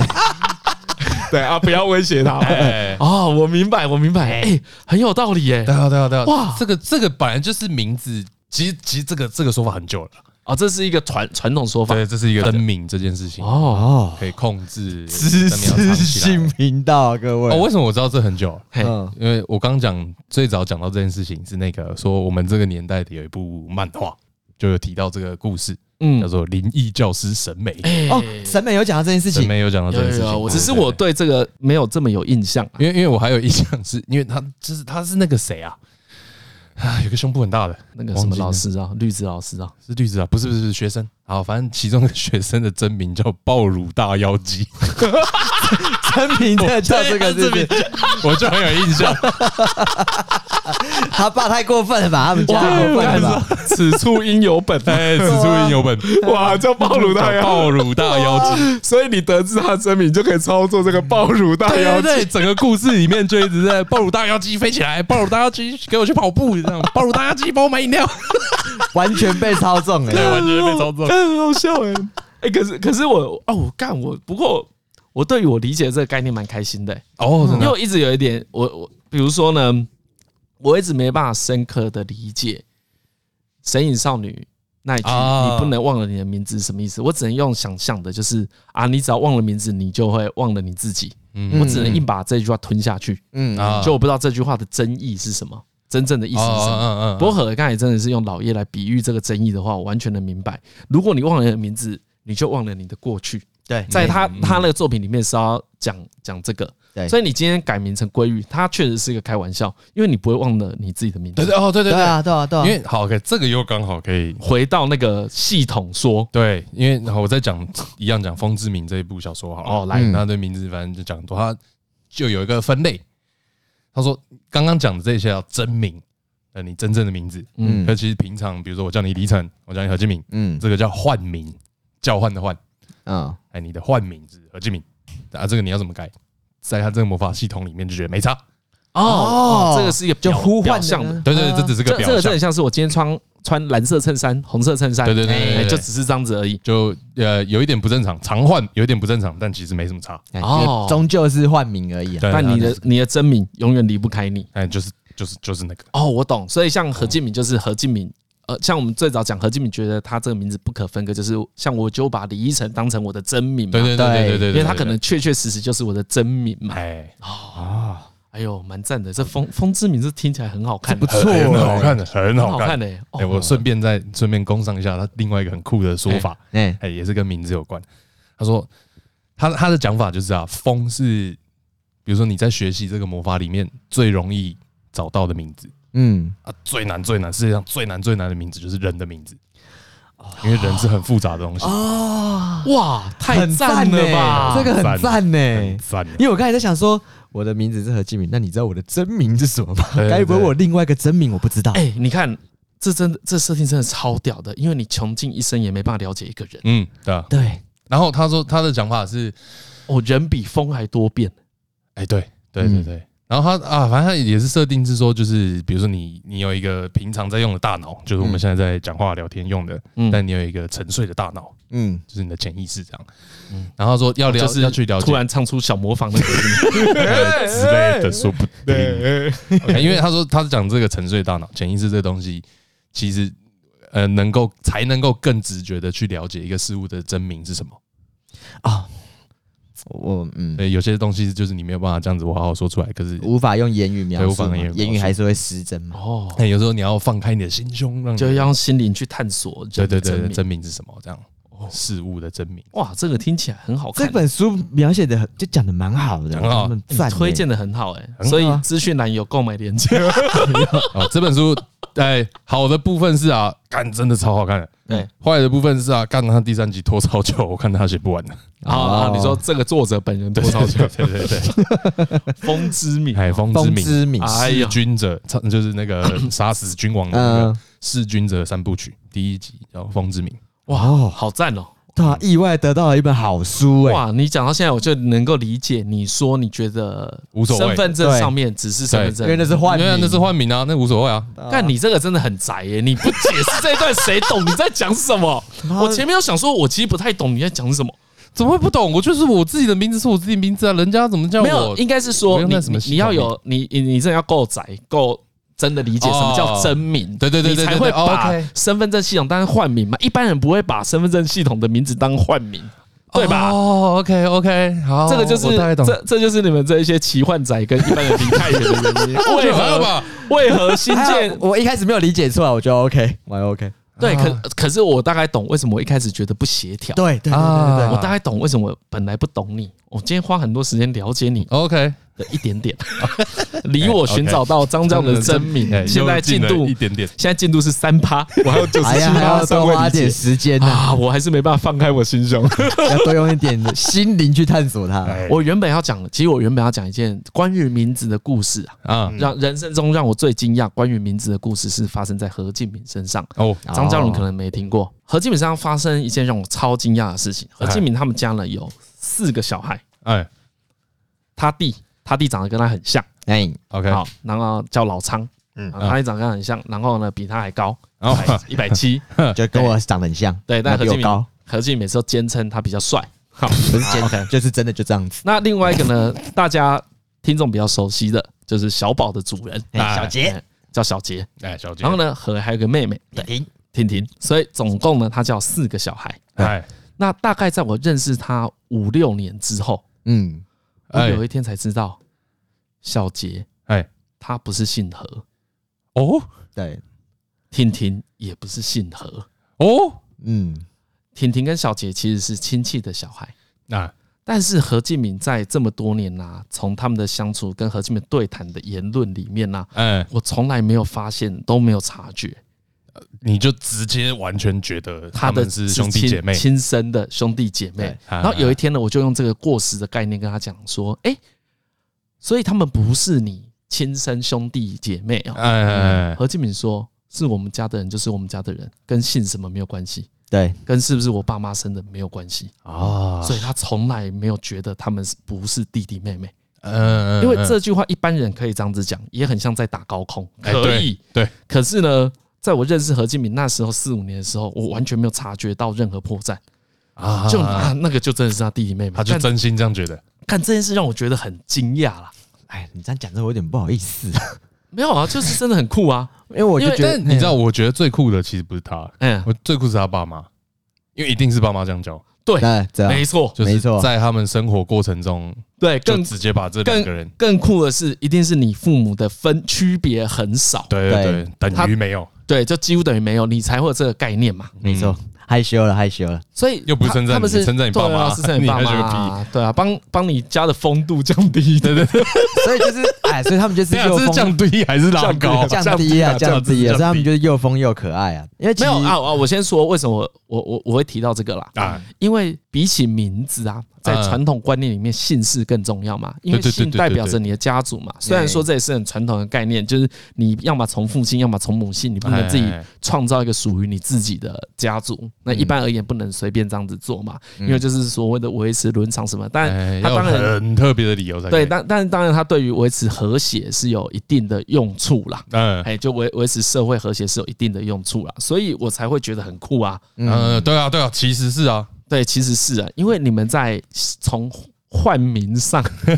Speaker 4: 对啊，不要威胁他。
Speaker 3: 哎，
Speaker 1: 哦，我明白，我明白，哎，很有道理耶
Speaker 3: 对。啊对啊对啊，
Speaker 1: 哇
Speaker 3: 哇，这个这个本来就是名字，其实其实这个这个说法很久了，
Speaker 1: 哦，这是一个传传统说法
Speaker 3: 对，这是一个真名这件事情，
Speaker 1: 哦。
Speaker 2: 哦，
Speaker 3: 可以控制
Speaker 2: 知
Speaker 3: 真名要藏
Speaker 2: 识
Speaker 3: 起来
Speaker 2: 性频道，啊各
Speaker 3: 哦，
Speaker 2: 位。
Speaker 3: 为什么我知道这很久？
Speaker 1: 嘿，
Speaker 2: 嗯，
Speaker 3: 因为我刚讲最早讲到这件事情是那个说我们这个年代的有一部漫画，就有提到这个故事，叫
Speaker 1: 嗯，
Speaker 3: 做《灵异教师审美》。
Speaker 2: 哦，审美有讲到这件事
Speaker 3: 真
Speaker 2: 情，
Speaker 3: 没有讲到这
Speaker 1: 有有
Speaker 3: 件事
Speaker 1: 有，
Speaker 3: 情。
Speaker 1: 我只是我对
Speaker 3: 对，
Speaker 1: 这个没有这么有印象啊。
Speaker 3: 对因为因为我还有印象是，因为他就是他是那个谁啊，啊，有个胸部很大的
Speaker 1: 那个什么老
Speaker 3: 忘记
Speaker 1: 师啊，绿植老师啊，
Speaker 3: 是律师啊，不是不是不是学生，好，反正其中一个学生的真名叫暴乳大妖 姬，
Speaker 2: 陈平在叫这个是不是？
Speaker 3: 我就很有印象。
Speaker 2: 他爸太过分了吧？他们家太过分了 吧？
Speaker 4: 此处应有本，
Speaker 3: 哎，此处应有本，
Speaker 4: 哇，叫暴乳大
Speaker 3: 叫
Speaker 4: 妖，
Speaker 3: 嗯暴乳大妖姬。
Speaker 4: 所以你得知他的真名，就可以操作这个暴乳大
Speaker 3: 对
Speaker 4: 妖
Speaker 3: 对
Speaker 4: 姬。
Speaker 3: 对，整个故事里面就一直在暴乳大妖姬飞起来，暴乳大妖姬给我去跑步，这样暴乳大妖姬帮我买饮料，
Speaker 2: 完全被操纵
Speaker 1: 啊
Speaker 2: 了。
Speaker 3: 完全被 操纵。
Speaker 4: 干很好笑哎，
Speaker 1: 哎，可是可是我哦，我干我，不过我对于我理解这个概念蛮开心的欸，
Speaker 3: 哦，真
Speaker 1: 因为
Speaker 3: 的，
Speaker 1: 我一直有一点，我我比如说呢，我一直没办法深刻的理解《神隐少女》那一句“
Speaker 3: 啊
Speaker 1: 你不能忘了你的名字”是什么意思，我只能用想象的，就是啊，你只要忘了名字，你就会忘了你自己。
Speaker 3: 嗯
Speaker 1: 我只能硬把这句话吞下去，
Speaker 2: 嗯，
Speaker 3: 啊
Speaker 1: 就我不知道这句话的真意是什么，真正的意思是什么。
Speaker 3: 嗯
Speaker 1: 不过何刚才真的是用老叶来比喻这个争议的话，我完全能明白。如果你忘了你的名字，你就忘了你的过去。
Speaker 2: 对，
Speaker 1: 在他
Speaker 3: 嗯嗯
Speaker 1: 他那个作品里面是要讲讲这个，
Speaker 2: 对
Speaker 1: 所以你今天改名成鲑鱼，它确实是一个开玩笑，因为你不会忘了你自己的名
Speaker 3: 对
Speaker 1: 字。
Speaker 3: 对哦，对对
Speaker 2: 对
Speaker 3: 对，
Speaker 2: 啊，对啊，对啊，
Speaker 3: 因为好，OK，这个又刚好可以
Speaker 1: 回到那个系统说，
Speaker 3: 对，因为然后我在讲一样讲《风之名》这一部小说好了，
Speaker 1: 哦来
Speaker 3: 那对名字反正就讲很多，他就有一个分类，他说刚刚讲的这些叫真名，呃，你真正的名字，
Speaker 2: 嗯
Speaker 3: 可其实平常比如说我叫你李晨，我叫你何敬明，
Speaker 2: 嗯
Speaker 3: 这个叫换名，叫唤的唤，
Speaker 2: 嗯，
Speaker 3: 哎，你的换名字何敬明，啊，这个你要怎么改？在他这个魔法系统里面就觉得没差，
Speaker 1: 哦，
Speaker 2: 哦
Speaker 1: 这个是一个
Speaker 2: 就
Speaker 1: 表
Speaker 2: 呼
Speaker 1: 表
Speaker 2: 唤
Speaker 1: 象的，
Speaker 3: 对啊对对，这只是个
Speaker 1: 这
Speaker 3: 表
Speaker 1: 这个真
Speaker 3: 象
Speaker 1: 的，像是我今天穿穿蓝色衬衫、红色衬衫，
Speaker 3: 对对对对
Speaker 1: 哎
Speaker 3: 对，
Speaker 1: 就只是这样子而已。
Speaker 3: 就呃有一点不正常，常换有一点不正常，但其实没什么差，
Speaker 2: 哎
Speaker 1: 哦
Speaker 2: 终究是换名而已啊。
Speaker 3: 对，
Speaker 1: 但你
Speaker 3: 然
Speaker 1: 的
Speaker 3: 后
Speaker 1: 你的真名永远离不开你。
Speaker 3: 哎就是就是就是那个，
Speaker 1: 哦，我懂。所以像何
Speaker 3: 哦
Speaker 1: 敬敏就是何敬敏，呃，像我们最早讲何敬敏，觉得他这个名字不可分割，就是像我就把李依晨当成我的真名嘛，
Speaker 3: 对对对对对对，
Speaker 1: 因为他可
Speaker 3: 对
Speaker 1: 能确确实实就是我的真名嘛。
Speaker 3: 哎，
Speaker 1: 哎呦，蛮赞的，这风风之名字听起来很好看，
Speaker 2: 这不错
Speaker 3: 很
Speaker 2: 欸
Speaker 3: 好看的，很
Speaker 1: 很
Speaker 3: 好
Speaker 1: 好
Speaker 3: 看
Speaker 1: 看
Speaker 3: 的。
Speaker 1: 的。哎
Speaker 3: 哎，我顺便再顺便工商一下他另外一个很酷的说法，
Speaker 2: 哎，
Speaker 3: 哎，也是跟名字有关。他说他他的讲法就是啊，风是比如说你在学习这个魔法里面最容易找到的名字
Speaker 2: 嗯，
Speaker 3: 啊，最难最难世界上最难最难的名字就是人的名字，因为人是很复杂的东
Speaker 2: 哦
Speaker 3: 西，
Speaker 1: 哇，太
Speaker 2: 很
Speaker 1: 赞了
Speaker 2: 欸
Speaker 1: 吧！
Speaker 2: 这个很赞呢。
Speaker 3: 很赞的。
Speaker 2: 因为我刚才在想说，我的名字是何敬明，那你知道我的真名是什么吗？
Speaker 3: 对对对
Speaker 2: 该不会我另外一个真名我不知道？
Speaker 1: 哎，你看这真的这设定真的超屌的，因为你穷尽一生也没办法了解一个人。
Speaker 3: 嗯，对啊。
Speaker 2: 对，
Speaker 3: 然后他说他的讲法是，
Speaker 1: 哦，人比风还多变。
Speaker 3: 哎，对对
Speaker 2: 嗯
Speaker 3: 对对。然后他啊，反正他也是设定是说，就是比如说你你有一个平常在用的大脑，就是我们
Speaker 2: 嗯
Speaker 3: 现在在讲话聊天用的，
Speaker 1: 嗯
Speaker 3: 但你有一个沉睡的大脑，
Speaker 2: 嗯，
Speaker 3: 就是你的潜意识这样。然后说要了
Speaker 1: 嗯哦就是
Speaker 3: 要去了解
Speaker 1: 突然唱出小模 仿的歌，
Speaker 3: 呃之类的，说不定。OK，因为他 说他是讲这个沉睡大脑、潜意识这个东西，其实呃能够才能够更直觉的去了解一个事物的真名是什么。
Speaker 2: 哦我嗯
Speaker 3: 对，有些东西就是你没有办法这样子我好好说出来，可是
Speaker 2: 无法用言语描
Speaker 3: 对无
Speaker 2: 述
Speaker 3: 法
Speaker 2: 嘛，
Speaker 3: 用言语描述
Speaker 2: 言语还是会失真嘛。
Speaker 1: 哦，
Speaker 3: 哎那有时候你要放开你的心胸，让你
Speaker 1: 就要用心灵去探索
Speaker 3: 对
Speaker 1: 人
Speaker 3: 嗯对
Speaker 1: 的
Speaker 3: 对
Speaker 1: 真
Speaker 3: 对，
Speaker 1: 名。哦
Speaker 3: 真名是什么？这样事物的真名，
Speaker 1: 哇，这个听起来很好看哎
Speaker 2: 这，本书描写的就讲的蛮好的，
Speaker 3: 很好
Speaker 2: 很
Speaker 1: 你
Speaker 2: 赞耶，
Speaker 1: 推荐的很好哎、
Speaker 3: 好啊
Speaker 1: 所以资讯栏有购买链 接。
Speaker 3: 啊，这本书，哎，好的部分是啊，干真的超好看的。
Speaker 1: 对，
Speaker 2: 嗯
Speaker 3: 坏的部分是啊，干他第三集拖超久，我看他写不完的。
Speaker 1: 啊、
Speaker 2: 哦
Speaker 1: 你说这个作者本人多少久？
Speaker 3: 对哎对对，
Speaker 1: 风之 名，
Speaker 3: 海风之
Speaker 2: 风
Speaker 3: 名，
Speaker 2: 之名，
Speaker 1: 哎
Speaker 3: 弑
Speaker 1: 呦，
Speaker 3: 君者，唱就是那个杀死君王的那个
Speaker 2: 嗯
Speaker 3: 《弑君者》三部曲，第一集叫《风之名》。
Speaker 2: 哇哦，
Speaker 1: 好赞哦！
Speaker 2: 对啊，意外得到了一本好书哎，
Speaker 1: 哇，你讲到现在，我就能够理解你说你觉得
Speaker 3: 无所谓
Speaker 1: 身份证上面只是身份
Speaker 2: 因为
Speaker 1: 证。
Speaker 2: 那是换
Speaker 3: 对啊
Speaker 2: 名，，
Speaker 3: 那是换名啊，那无所谓啊。
Speaker 1: 但你这个真的很宅 耶、你不解释这一段，谁懂你在讲什么？我前面有想说，我其实不太懂你在讲什么。
Speaker 3: 怎么会不懂？我就是我自己的名字是我自己名字啊，人家怎么叫
Speaker 1: 没有，
Speaker 3: 我？
Speaker 1: 应该是说
Speaker 3: 不用
Speaker 1: 你
Speaker 3: 在什么
Speaker 1: 你
Speaker 3: 系
Speaker 1: 你要
Speaker 3: 统里
Speaker 1: 有你你你真的要够宅，够真的理解
Speaker 3: 哦
Speaker 1: 什么叫真名，
Speaker 3: 对对对对
Speaker 1: 你才
Speaker 3: 对
Speaker 1: 会
Speaker 3: 对哦
Speaker 1: 把
Speaker 3: ，OK
Speaker 1: 身份证系统当换名嘛。一般人不会把身份证系统的名字当换名，对吧？
Speaker 3: 哦，OK OK，好，
Speaker 1: 这个就是
Speaker 3: 我大概懂。
Speaker 1: 这这就是你们这一些奇幻仔跟一般人离太远 的原因。为
Speaker 3: 还好
Speaker 1: 何
Speaker 3: 吧？
Speaker 1: 为何 新
Speaker 2: 还
Speaker 1: 建
Speaker 2: 好哎我一开始没有理解出来，我觉得 OK，我还 OK，
Speaker 1: 对？可
Speaker 4: 嗯
Speaker 1: 可是我大概懂为什么我一开始觉得不协调，
Speaker 2: 对对对对
Speaker 3: 啊
Speaker 2: 对
Speaker 1: 我大概懂为什么我本来不懂你，我今天花很多时间了 解你，
Speaker 3: OK，
Speaker 1: 的一点点，离我寻找到张教的真名。
Speaker 3: 哎
Speaker 1: 现在进
Speaker 3: 又
Speaker 1: 度
Speaker 3: 了一，点点，
Speaker 1: 现在进度是三趴
Speaker 4: 我还有九十
Speaker 2: 哎
Speaker 4: 七
Speaker 2: 呀，还
Speaker 4: 趴
Speaker 2: 要
Speaker 4: 尚
Speaker 2: 多
Speaker 4: 未
Speaker 2: 花
Speaker 4: 理
Speaker 2: 点
Speaker 4: 解。
Speaker 2: 时间呢，
Speaker 1: 啊！我还是没办法放开我心 胸。
Speaker 2: 要多用一点心灵去探索它。
Speaker 3: 哎
Speaker 1: 我原本要讲，其实我原本要讲一件关于名字的故事啊，
Speaker 3: 啊
Speaker 4: 嗯
Speaker 1: 让人生中让我最惊讶关于名字的故事是发生在何敬敏身上。
Speaker 3: 哦，
Speaker 1: 张嘉伦可能没听过，何敬敏身上发生一件让我超惊讶的事情。何敬敏他们家呢有四个小孩，
Speaker 3: 哎
Speaker 1: 他弟，他弟长得跟他很像，
Speaker 2: 哎，
Speaker 3: ，OK，
Speaker 1: 好，然后叫老昌，嗯
Speaker 2: 嗯，
Speaker 1: 他弟长得跟他很像，然后呢比他还高，
Speaker 3: 然后
Speaker 1: 一百七。
Speaker 2: 就跟我长得很像，
Speaker 1: 对但
Speaker 2: 那比
Speaker 1: 何
Speaker 2: 我
Speaker 1: 敬明
Speaker 2: 高，
Speaker 1: 何进每次都坚称他比较帅。好，
Speaker 2: 不是简
Speaker 1: ，OK
Speaker 2: 单，就是真的就这样子。
Speaker 1: 那另外一个呢，大家听众比较熟悉的就是小宝的主人
Speaker 2: 哎小杰，
Speaker 1: 哎叫小杰，
Speaker 3: 哎，小姐，
Speaker 1: 然后呢，何还有个妹妹
Speaker 2: 婷婷，
Speaker 1: 婷婷，所以总共呢，他叫四个小孩。
Speaker 3: 哎
Speaker 1: 那大概在我认识他五六年之后，
Speaker 2: 嗯，
Speaker 1: 我
Speaker 3: 哎
Speaker 1: 有一天才知道，小杰
Speaker 3: 哎，
Speaker 1: 他不是姓何，
Speaker 3: 哦
Speaker 2: 对，
Speaker 1: 婷婷也不是姓何，
Speaker 3: 哦，
Speaker 2: 嗯，
Speaker 1: 婷婷跟小杰其实是亲戚的小孩。
Speaker 3: 那
Speaker 1: 但是何敬敏在这么多年呐、啊从他们的相处跟何敬敏对谈的言论里面呐、
Speaker 3: 哎，
Speaker 1: 我从来没有发现，都没有察觉
Speaker 3: 你就直接完全觉得
Speaker 1: 他
Speaker 3: 们
Speaker 1: 的
Speaker 3: 是兄弟姐妹，
Speaker 1: 亲亲生的兄弟姐妹
Speaker 2: 对。
Speaker 3: 啊
Speaker 1: 然后有一天呢，我就用这个过时的概念跟他讲说，哎，所以他们不是你亲生兄弟姐妹哦。
Speaker 3: 哎哎，哎
Speaker 1: 何敬敏说，是我们家的人就是我们家的人，跟姓什么没有关系，
Speaker 2: 对，
Speaker 1: 跟是不是我爸妈生的没有关系。
Speaker 3: 啊，
Speaker 1: 所以他从来没有觉得他们是不是弟弟妹妹。
Speaker 3: 嗯，嗯
Speaker 1: 因为
Speaker 3: 嗯
Speaker 1: 这句话一般人可以这样子讲，也很像在打高空，
Speaker 3: 哎
Speaker 1: 可以。
Speaker 3: 对对
Speaker 1: 可是呢，在我认识何敬敏那时候四五年的时候，我完全没有察觉到任何破绽，
Speaker 3: 啊，
Speaker 1: 就啊，那个就真的是他弟弟妹妹。
Speaker 3: 他就
Speaker 1: 但
Speaker 3: 真心这样觉得，
Speaker 1: 看这件事让我觉得很惊讶啦。
Speaker 2: 哎，你这样讲这我有点不好意思，
Speaker 1: 没有啊，就是真的很酷啊。
Speaker 2: 因为我就
Speaker 1: 因为
Speaker 2: 觉得
Speaker 3: 但你知道，我觉得最酷的其实不是他，
Speaker 1: 嗯，
Speaker 3: 我最酷是他爸妈，因为一定是爸妈这样教，
Speaker 1: 对，
Speaker 2: 哎，对，这样
Speaker 1: 没错，
Speaker 3: 就
Speaker 2: 没
Speaker 3: 是
Speaker 2: 错
Speaker 3: 在他们生活过程中
Speaker 1: 对，
Speaker 3: 就
Speaker 1: 更
Speaker 3: 直接把这两个人，
Speaker 1: 更酷的是，一定是你父母的分区别很少，
Speaker 3: 对对
Speaker 2: 对
Speaker 3: 对，等于没有，嗯
Speaker 1: 对，就几乎等于没有，你才会有这个概念嘛。
Speaker 2: 没错，害羞了，害羞了，
Speaker 1: 所以
Speaker 3: 又不是
Speaker 1: 他
Speaker 3: 称赞
Speaker 1: 他们
Speaker 3: 你
Speaker 1: 是
Speaker 3: 称赞你爸
Speaker 1: 对啊
Speaker 3: 妈
Speaker 1: 是称赞你爸
Speaker 3: 你还
Speaker 1: 妈
Speaker 3: 觉得
Speaker 1: 啊，对啊，帮帮你家的风度降低，对对
Speaker 2: 所以就是 哎，所以他们就是
Speaker 3: 对啊，
Speaker 2: 又
Speaker 3: 这是
Speaker 2: 疯
Speaker 3: 降低还是拉高？
Speaker 2: 降低啊，降低啊，所以他们
Speaker 3: 就
Speaker 2: 就是又疯又可爱啊。因为其
Speaker 1: 没
Speaker 2: 实
Speaker 1: 有啊啊！我先说为什么我我我我会提到这个啦，
Speaker 3: 啊，
Speaker 1: 因为比起名字啊，在
Speaker 3: 嗯
Speaker 1: 传统观念里面，姓氏更重要嘛，因为
Speaker 3: 对对对
Speaker 1: 姓
Speaker 3: 对对
Speaker 1: 代表着你的家族嘛。虽然说这也是很传统的概念，就是你要么从父亲，要么从母姓，你不能自己
Speaker 3: 哎哎嗯哎
Speaker 1: 创造一个属于你自己的家族。那一般而言，不能随便这样子做嘛，因为就是所谓的维持伦常什么。但
Speaker 3: 嗯哎
Speaker 1: 他
Speaker 3: 要有
Speaker 1: 当然
Speaker 3: 很特别的理由才可以
Speaker 1: 对，，但但当然，它对于维持和谐是有一定的用处啦。
Speaker 3: 嗯
Speaker 1: 哎，就维维持社会和谐是有一定的用处啦，所以我才会觉得很酷啊。
Speaker 3: 嗯，对啊对啊，其实是啊，
Speaker 1: 对，其实是啊，因为你们在从换名上，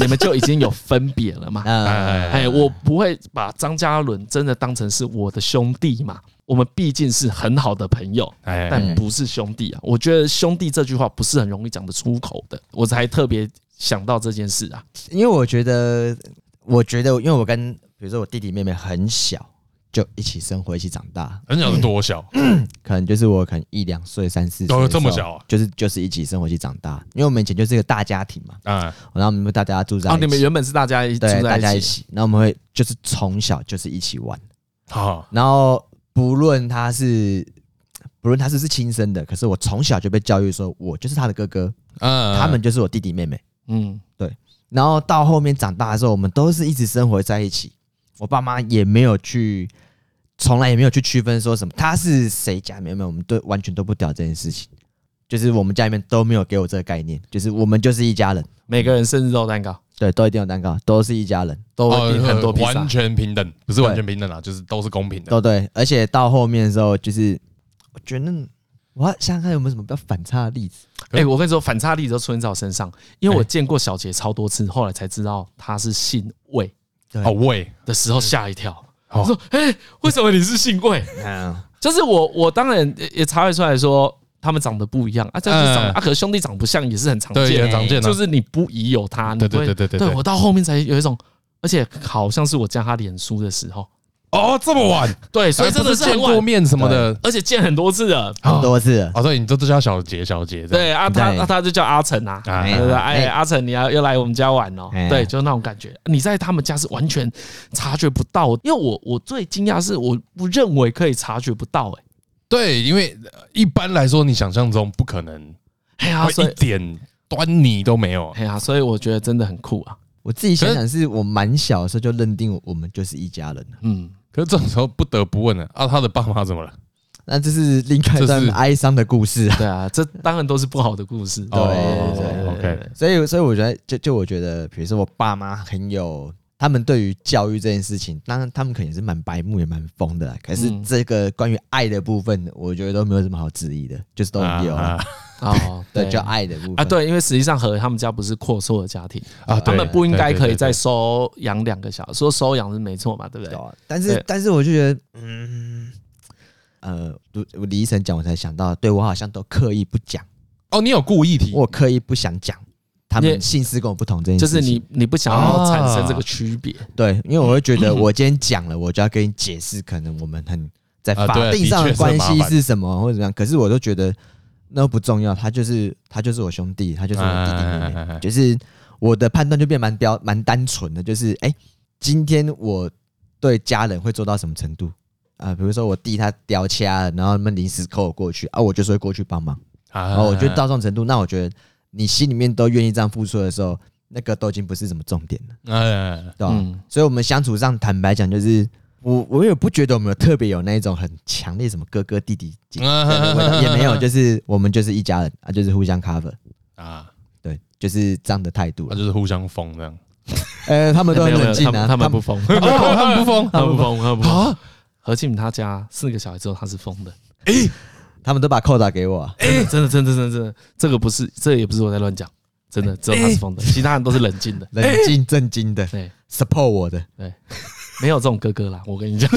Speaker 1: 你们就已经有分别了嘛。
Speaker 2: 嗯，
Speaker 3: 哎
Speaker 1: 哎，我不会把张嘉伦真的当成是我的兄弟嘛，我们毕竟是很好的朋友，
Speaker 3: 哎哎
Speaker 1: 但不是兄弟啊。我觉得兄弟这句话不是很容易讲得出口的，我才特别想到这件事啊。
Speaker 2: 因为我觉得，我觉得，因为我跟比如说我弟弟妹妹很小，就一起生活，一起长大，
Speaker 3: 很小是多小？
Speaker 2: 可能就是我可能一两岁、三四岁的时候，
Speaker 3: 哦这么小啊
Speaker 2: 就是就是一起生活，一起长大。因为我们以前就是一个大家庭嘛，
Speaker 3: 啊，
Speaker 2: 然后我们大家住在
Speaker 1: 哦，
Speaker 2: 一
Speaker 1: 你们
Speaker 2: 起，
Speaker 1: 原本是大家一住
Speaker 2: 对，大家
Speaker 1: 在
Speaker 2: 一
Speaker 1: 一起，
Speaker 2: 起，然后我们会就是从小就是一起玩，
Speaker 3: 好，
Speaker 2: 然后不论他是。不论他是不是亲生的，可是我从小就被教育说，我就是他的哥哥，
Speaker 3: 嗯，
Speaker 2: 他们就是我弟弟妹妹。
Speaker 1: 嗯，
Speaker 2: 然后到后面长大的时候，我们都是一直生活在一起。我爸妈也没有去，从来也没有去区分说什么他是谁家，没有没有，我们都完全都不屌这件事情。就是我们家里面都没有给我这个概念，就是我们就是一家人，
Speaker 1: 每个人生日都有蛋糕，
Speaker 2: 对，都一定有蛋糕，都是一家人，
Speaker 1: 都会订很多披萨
Speaker 3: 完。全平等，不是完全平等啊，就是都是公平的。
Speaker 2: 都对。而且到后面的时候，就是我觉得我要想想看有没有什么比较反差的例子。
Speaker 1: 哎、我跟你说，反差力都出现在我身上，因
Speaker 3: 哎
Speaker 1: 为我见过小杰超多次，后来才知道他是姓魏
Speaker 2: 对，
Speaker 3: 哦，喂，
Speaker 1: 的时候吓一跳。
Speaker 3: 哦
Speaker 1: 我说：“哎、为什么你是姓魏？
Speaker 2: 嗯，
Speaker 3: 啊
Speaker 1: 就是我，我当然也也察觉出来说他们长得不一样啊，这样子长得、
Speaker 3: 嗯
Speaker 1: 啊，可是兄弟长不像也是很常
Speaker 3: 对，也
Speaker 1: 见
Speaker 3: 很
Speaker 1: 的，
Speaker 3: 常见啊，
Speaker 1: 就是你不疑有他。你
Speaker 3: 对
Speaker 1: 不会
Speaker 3: 对对对对
Speaker 1: 对
Speaker 3: 对
Speaker 1: 我到后面才有一种，而且好像是我加他脸书的时候，
Speaker 3: 哦，这么晚，哎
Speaker 1: 对，所以真的
Speaker 3: 不
Speaker 1: 是
Speaker 3: 是
Speaker 1: 很
Speaker 3: 见
Speaker 1: 晚
Speaker 3: 过，面什么的。
Speaker 1: 而且见很多次了。
Speaker 2: 很多次了，
Speaker 3: 哦，所以你都都叫小杰，小杰这样
Speaker 1: 对啊，他
Speaker 2: 对
Speaker 1: 啊他就叫阿成啊，
Speaker 3: 啊
Speaker 2: 哎
Speaker 1: 对
Speaker 2: 呀
Speaker 1: 不对？哎，
Speaker 2: 哎
Speaker 1: 阿成，你要又来我们家玩哦、
Speaker 2: 哎
Speaker 1: 对，就是那种感觉。你在他们家是完全察觉不到，因为我我最惊讶的是，我不认为可以察觉不到、哎，
Speaker 3: 对，因为呃一般来说，你想象中不可能
Speaker 1: 哎呀，
Speaker 3: 会
Speaker 1: 所
Speaker 3: 哦一
Speaker 1: 以
Speaker 3: 点端倪都没有啊。
Speaker 1: 哎呀，所以我觉得真的很酷啊。
Speaker 2: 我自己想想，是我蛮小的时候就认定我们就是一家人了。
Speaker 1: 嗯，
Speaker 3: 可是这种时候不得不问了啊，他的爸妈怎么了？
Speaker 2: 那这是另外一
Speaker 3: 这
Speaker 2: 段
Speaker 3: 是
Speaker 2: 哀伤的故事啊。
Speaker 1: 对啊，这当然都是不好的故事。
Speaker 2: 对
Speaker 3: 哦
Speaker 2: 对对
Speaker 3: ，OK，
Speaker 2: 所以，所以我觉得，就就我觉得，比如说我爸妈很有，他们对于教育这件事情，当然他们可能也是蛮白目，也蛮疯的啦。可是
Speaker 1: 嗯
Speaker 2: 这个关于爱的部分，我觉得都没有什么好质疑的，就是都有
Speaker 3: 啊
Speaker 2: 啊，
Speaker 3: 啊
Speaker 1: 哦，
Speaker 2: 对，就爱的部分
Speaker 1: 啊，，对，因为实际上和他们家不是阔绰的家庭，
Speaker 3: 啊，
Speaker 1: 他
Speaker 3: 对
Speaker 1: 们不应该
Speaker 3: 对对
Speaker 1: 可以
Speaker 3: 对
Speaker 1: 再
Speaker 3: 对
Speaker 1: 收养两个小孩，说收养是没错嘛，对不
Speaker 2: 对
Speaker 1: 对？
Speaker 2: 啊。但
Speaker 1: 对
Speaker 2: 是，但是我就觉得，嗯，呃，我我李医生讲，我才想到，对我好像都刻意不讲，
Speaker 3: 哦，你有故意提
Speaker 2: 我刻意不想讲他
Speaker 1: 你
Speaker 2: 们姓氏跟我不同这件
Speaker 1: 就
Speaker 2: 事
Speaker 1: 是
Speaker 2: 情，
Speaker 1: 你，你不想要产生这个区别，
Speaker 2: 对，因为我会觉得我今天讲了，我就要跟你解释，可能我们很在
Speaker 3: 啊
Speaker 2: 法
Speaker 3: 对
Speaker 2: 定上
Speaker 3: 的确是
Speaker 2: 关
Speaker 3: 麻
Speaker 2: 系
Speaker 3: 烦
Speaker 2: 是什么或者怎么样。可是我都觉得，那不重要，他就是他就是我兄弟，他就是我弟弟妹
Speaker 3: 哎哎哎哎
Speaker 2: 妹，就是我的判断就变蛮标蛮单纯的，就是哎、今天我对家人会做到什么程度啊、比如说我弟他掉掐了，然后他们临时 call 我过去啊，我就是会过去帮忙。
Speaker 3: 啊
Speaker 2: 然哦后我觉得到这种程度，那我觉得你心里面都愿意这样付出的时候，那个都已经不是什么重点了，
Speaker 3: 哎，
Speaker 2: 对吧、
Speaker 1: 嗯
Speaker 2: 所以我们相处上，坦白讲，就是我我也不觉得我们有特别有那一种很强烈什么哥哥弟弟 姐姐的味道，也没有，就是我们就是一家人啊，就是互相 cover，
Speaker 3: 啊，
Speaker 2: 对，就是这样的态度
Speaker 3: 那
Speaker 2: 了。
Speaker 3: 就是互相疯这样。
Speaker 2: 呃，他们都
Speaker 1: 没哦
Speaker 2: 很
Speaker 1: 有没有
Speaker 2: 冷静
Speaker 1: 他
Speaker 2: 啊，
Speaker 1: 们他们不疯，他
Speaker 3: 他们不疯，
Speaker 1: 们不疯， 他们不疯。何进他家四个小孩之后，他是疯的。
Speaker 2: 他们都把扣打给我啊、
Speaker 1: 哎，真的，真的，真的，真的，这个不是，这也不是我在乱讲，真的，只有他是疯的，其他人都是冷静 的。
Speaker 2: 冷静震惊的
Speaker 1: 对，
Speaker 2: support 我的，
Speaker 1: 没有这种哥哥啦，我跟你讲。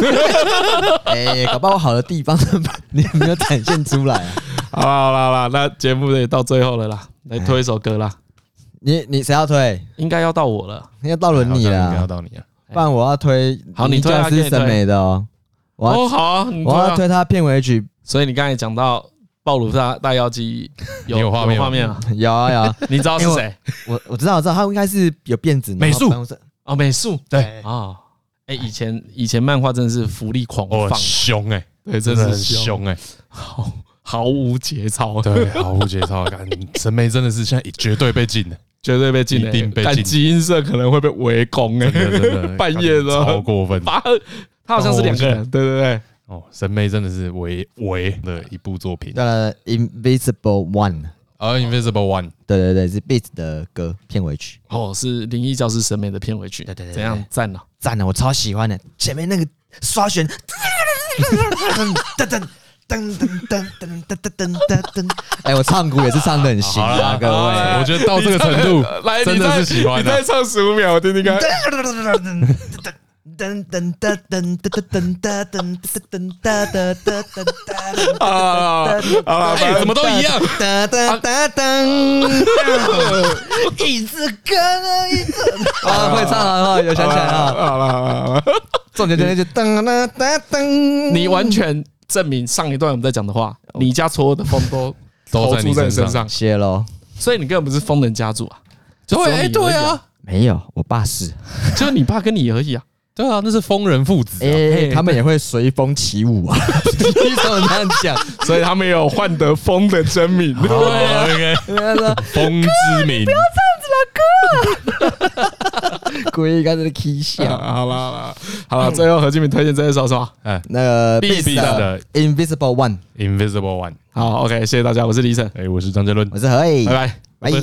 Speaker 2: 哎、搞不好我好的地方你有没有展现出来、啊？
Speaker 1: 好啦好啦好啦，那节目也到最后了啦，来推一首歌啦，
Speaker 2: 你你谁要推？
Speaker 1: 哎应该要到我了。
Speaker 2: 要到轮你
Speaker 1: 哎
Speaker 3: 应该要
Speaker 2: 了，
Speaker 3: 到你啊了。
Speaker 2: 不然我要推。
Speaker 1: 好你推啊
Speaker 2: 就是审美的哦，我要
Speaker 1: 哦，好啊，你
Speaker 2: 我
Speaker 1: 啊
Speaker 2: 要推他片尾曲，
Speaker 1: 所以你刚才讲到暴乳大大妖姬有
Speaker 3: 你有画面吗
Speaker 1: 画面啊，
Speaker 2: 有啊有啊，
Speaker 1: 你知道是谁？
Speaker 2: 我我知道我知道，他应该是有辫子，然后
Speaker 3: 美术
Speaker 2: 办公室
Speaker 1: 哦，美术
Speaker 3: 对，
Speaker 1: 哦，哎，以前以前漫画真的是福利狂
Speaker 3: 哦，
Speaker 1: 放，
Speaker 3: 凶哎，
Speaker 1: 对，
Speaker 3: 真
Speaker 1: 真
Speaker 3: 的
Speaker 1: 的
Speaker 3: 很
Speaker 1: 是凶，
Speaker 3: 凶哎，
Speaker 1: 毫毫无节操，啊
Speaker 3: 对，毫无节操感。审美真的是现在绝对被禁的，
Speaker 1: 绝对被禁的，欸
Speaker 3: 一定被禁
Speaker 1: 但基因社可能会被围攻哎
Speaker 3: 真，的真的
Speaker 1: 半夜的
Speaker 3: 超过分
Speaker 1: 八，他好像是两个人，对对对，
Speaker 3: 哦。审美真的是唯唯的一部作品。
Speaker 2: 对了，Invisible One，
Speaker 3: 而哦 Invisible One
Speaker 2: 对对对，是 Beat 的歌片尾曲，
Speaker 1: 哦，是《灵异教师》审美的片尾曲，
Speaker 2: 对对对对
Speaker 1: 怎样赞哦了？
Speaker 2: 赞啊的，我超喜欢的，前面那个刷弦， 噔噔噔噔噔噔噔噔噔噔噔，哎，我唱鼓也是唱的很行啊，各
Speaker 3: 我
Speaker 2: 位。
Speaker 3: 觉得到这个程度
Speaker 1: 来，
Speaker 3: 真的是喜欢
Speaker 1: 你再
Speaker 3: 的。
Speaker 1: 唱十五秒，我听听 看。
Speaker 2: 噔噔噔噔噔噔噔噔噔噔噔噔噔噔。
Speaker 1: 啊啊！
Speaker 3: 哎，怎么都一样，
Speaker 2: 哒哒哒 噔，一只歌呢，一只啊，会唱啊，有想起来啊，
Speaker 1: 好了好了，
Speaker 2: 重点就那句噔啦哒噔，
Speaker 1: 你完全证明上一段我们在讲的话，你家所有的风都
Speaker 3: 都
Speaker 1: 哦 投
Speaker 3: 在
Speaker 1: 注
Speaker 3: 你
Speaker 1: 在
Speaker 3: 身
Speaker 1: 你身
Speaker 3: 上。
Speaker 1: 上，
Speaker 2: 谢喽，
Speaker 1: 所以你根本不是疯人家族啊，只
Speaker 3: 对，
Speaker 1: 有
Speaker 3: 哎，
Speaker 1: 你
Speaker 3: 对
Speaker 1: 而已
Speaker 3: 啊
Speaker 1: 啊，
Speaker 2: 没有，我爸是，
Speaker 1: 就是你爸跟你而已啊。
Speaker 3: 对啊，那是疯人父子啊。
Speaker 2: 哎，他们也会随风起舞啊， 你怎么这样讲？
Speaker 1: 所以他没有换得疯的真 名，
Speaker 3: 对啊，
Speaker 2: 人家说
Speaker 3: 风之名，
Speaker 2: 故意跟着 K 笑，
Speaker 3: 啊
Speaker 1: 好了好了好 了，最后何敬明推荐这一首是吧？
Speaker 3: 哎
Speaker 2: 那个
Speaker 3: Beast
Speaker 2: Beast
Speaker 3: 的
Speaker 2: Invisible One，
Speaker 3: ，Invisible One。
Speaker 1: 好，OK，谢谢大家，我是李晨，
Speaker 3: 哎，我是张哲伦，
Speaker 2: 我是何以
Speaker 1: 拜，拜。
Speaker 2: 拜。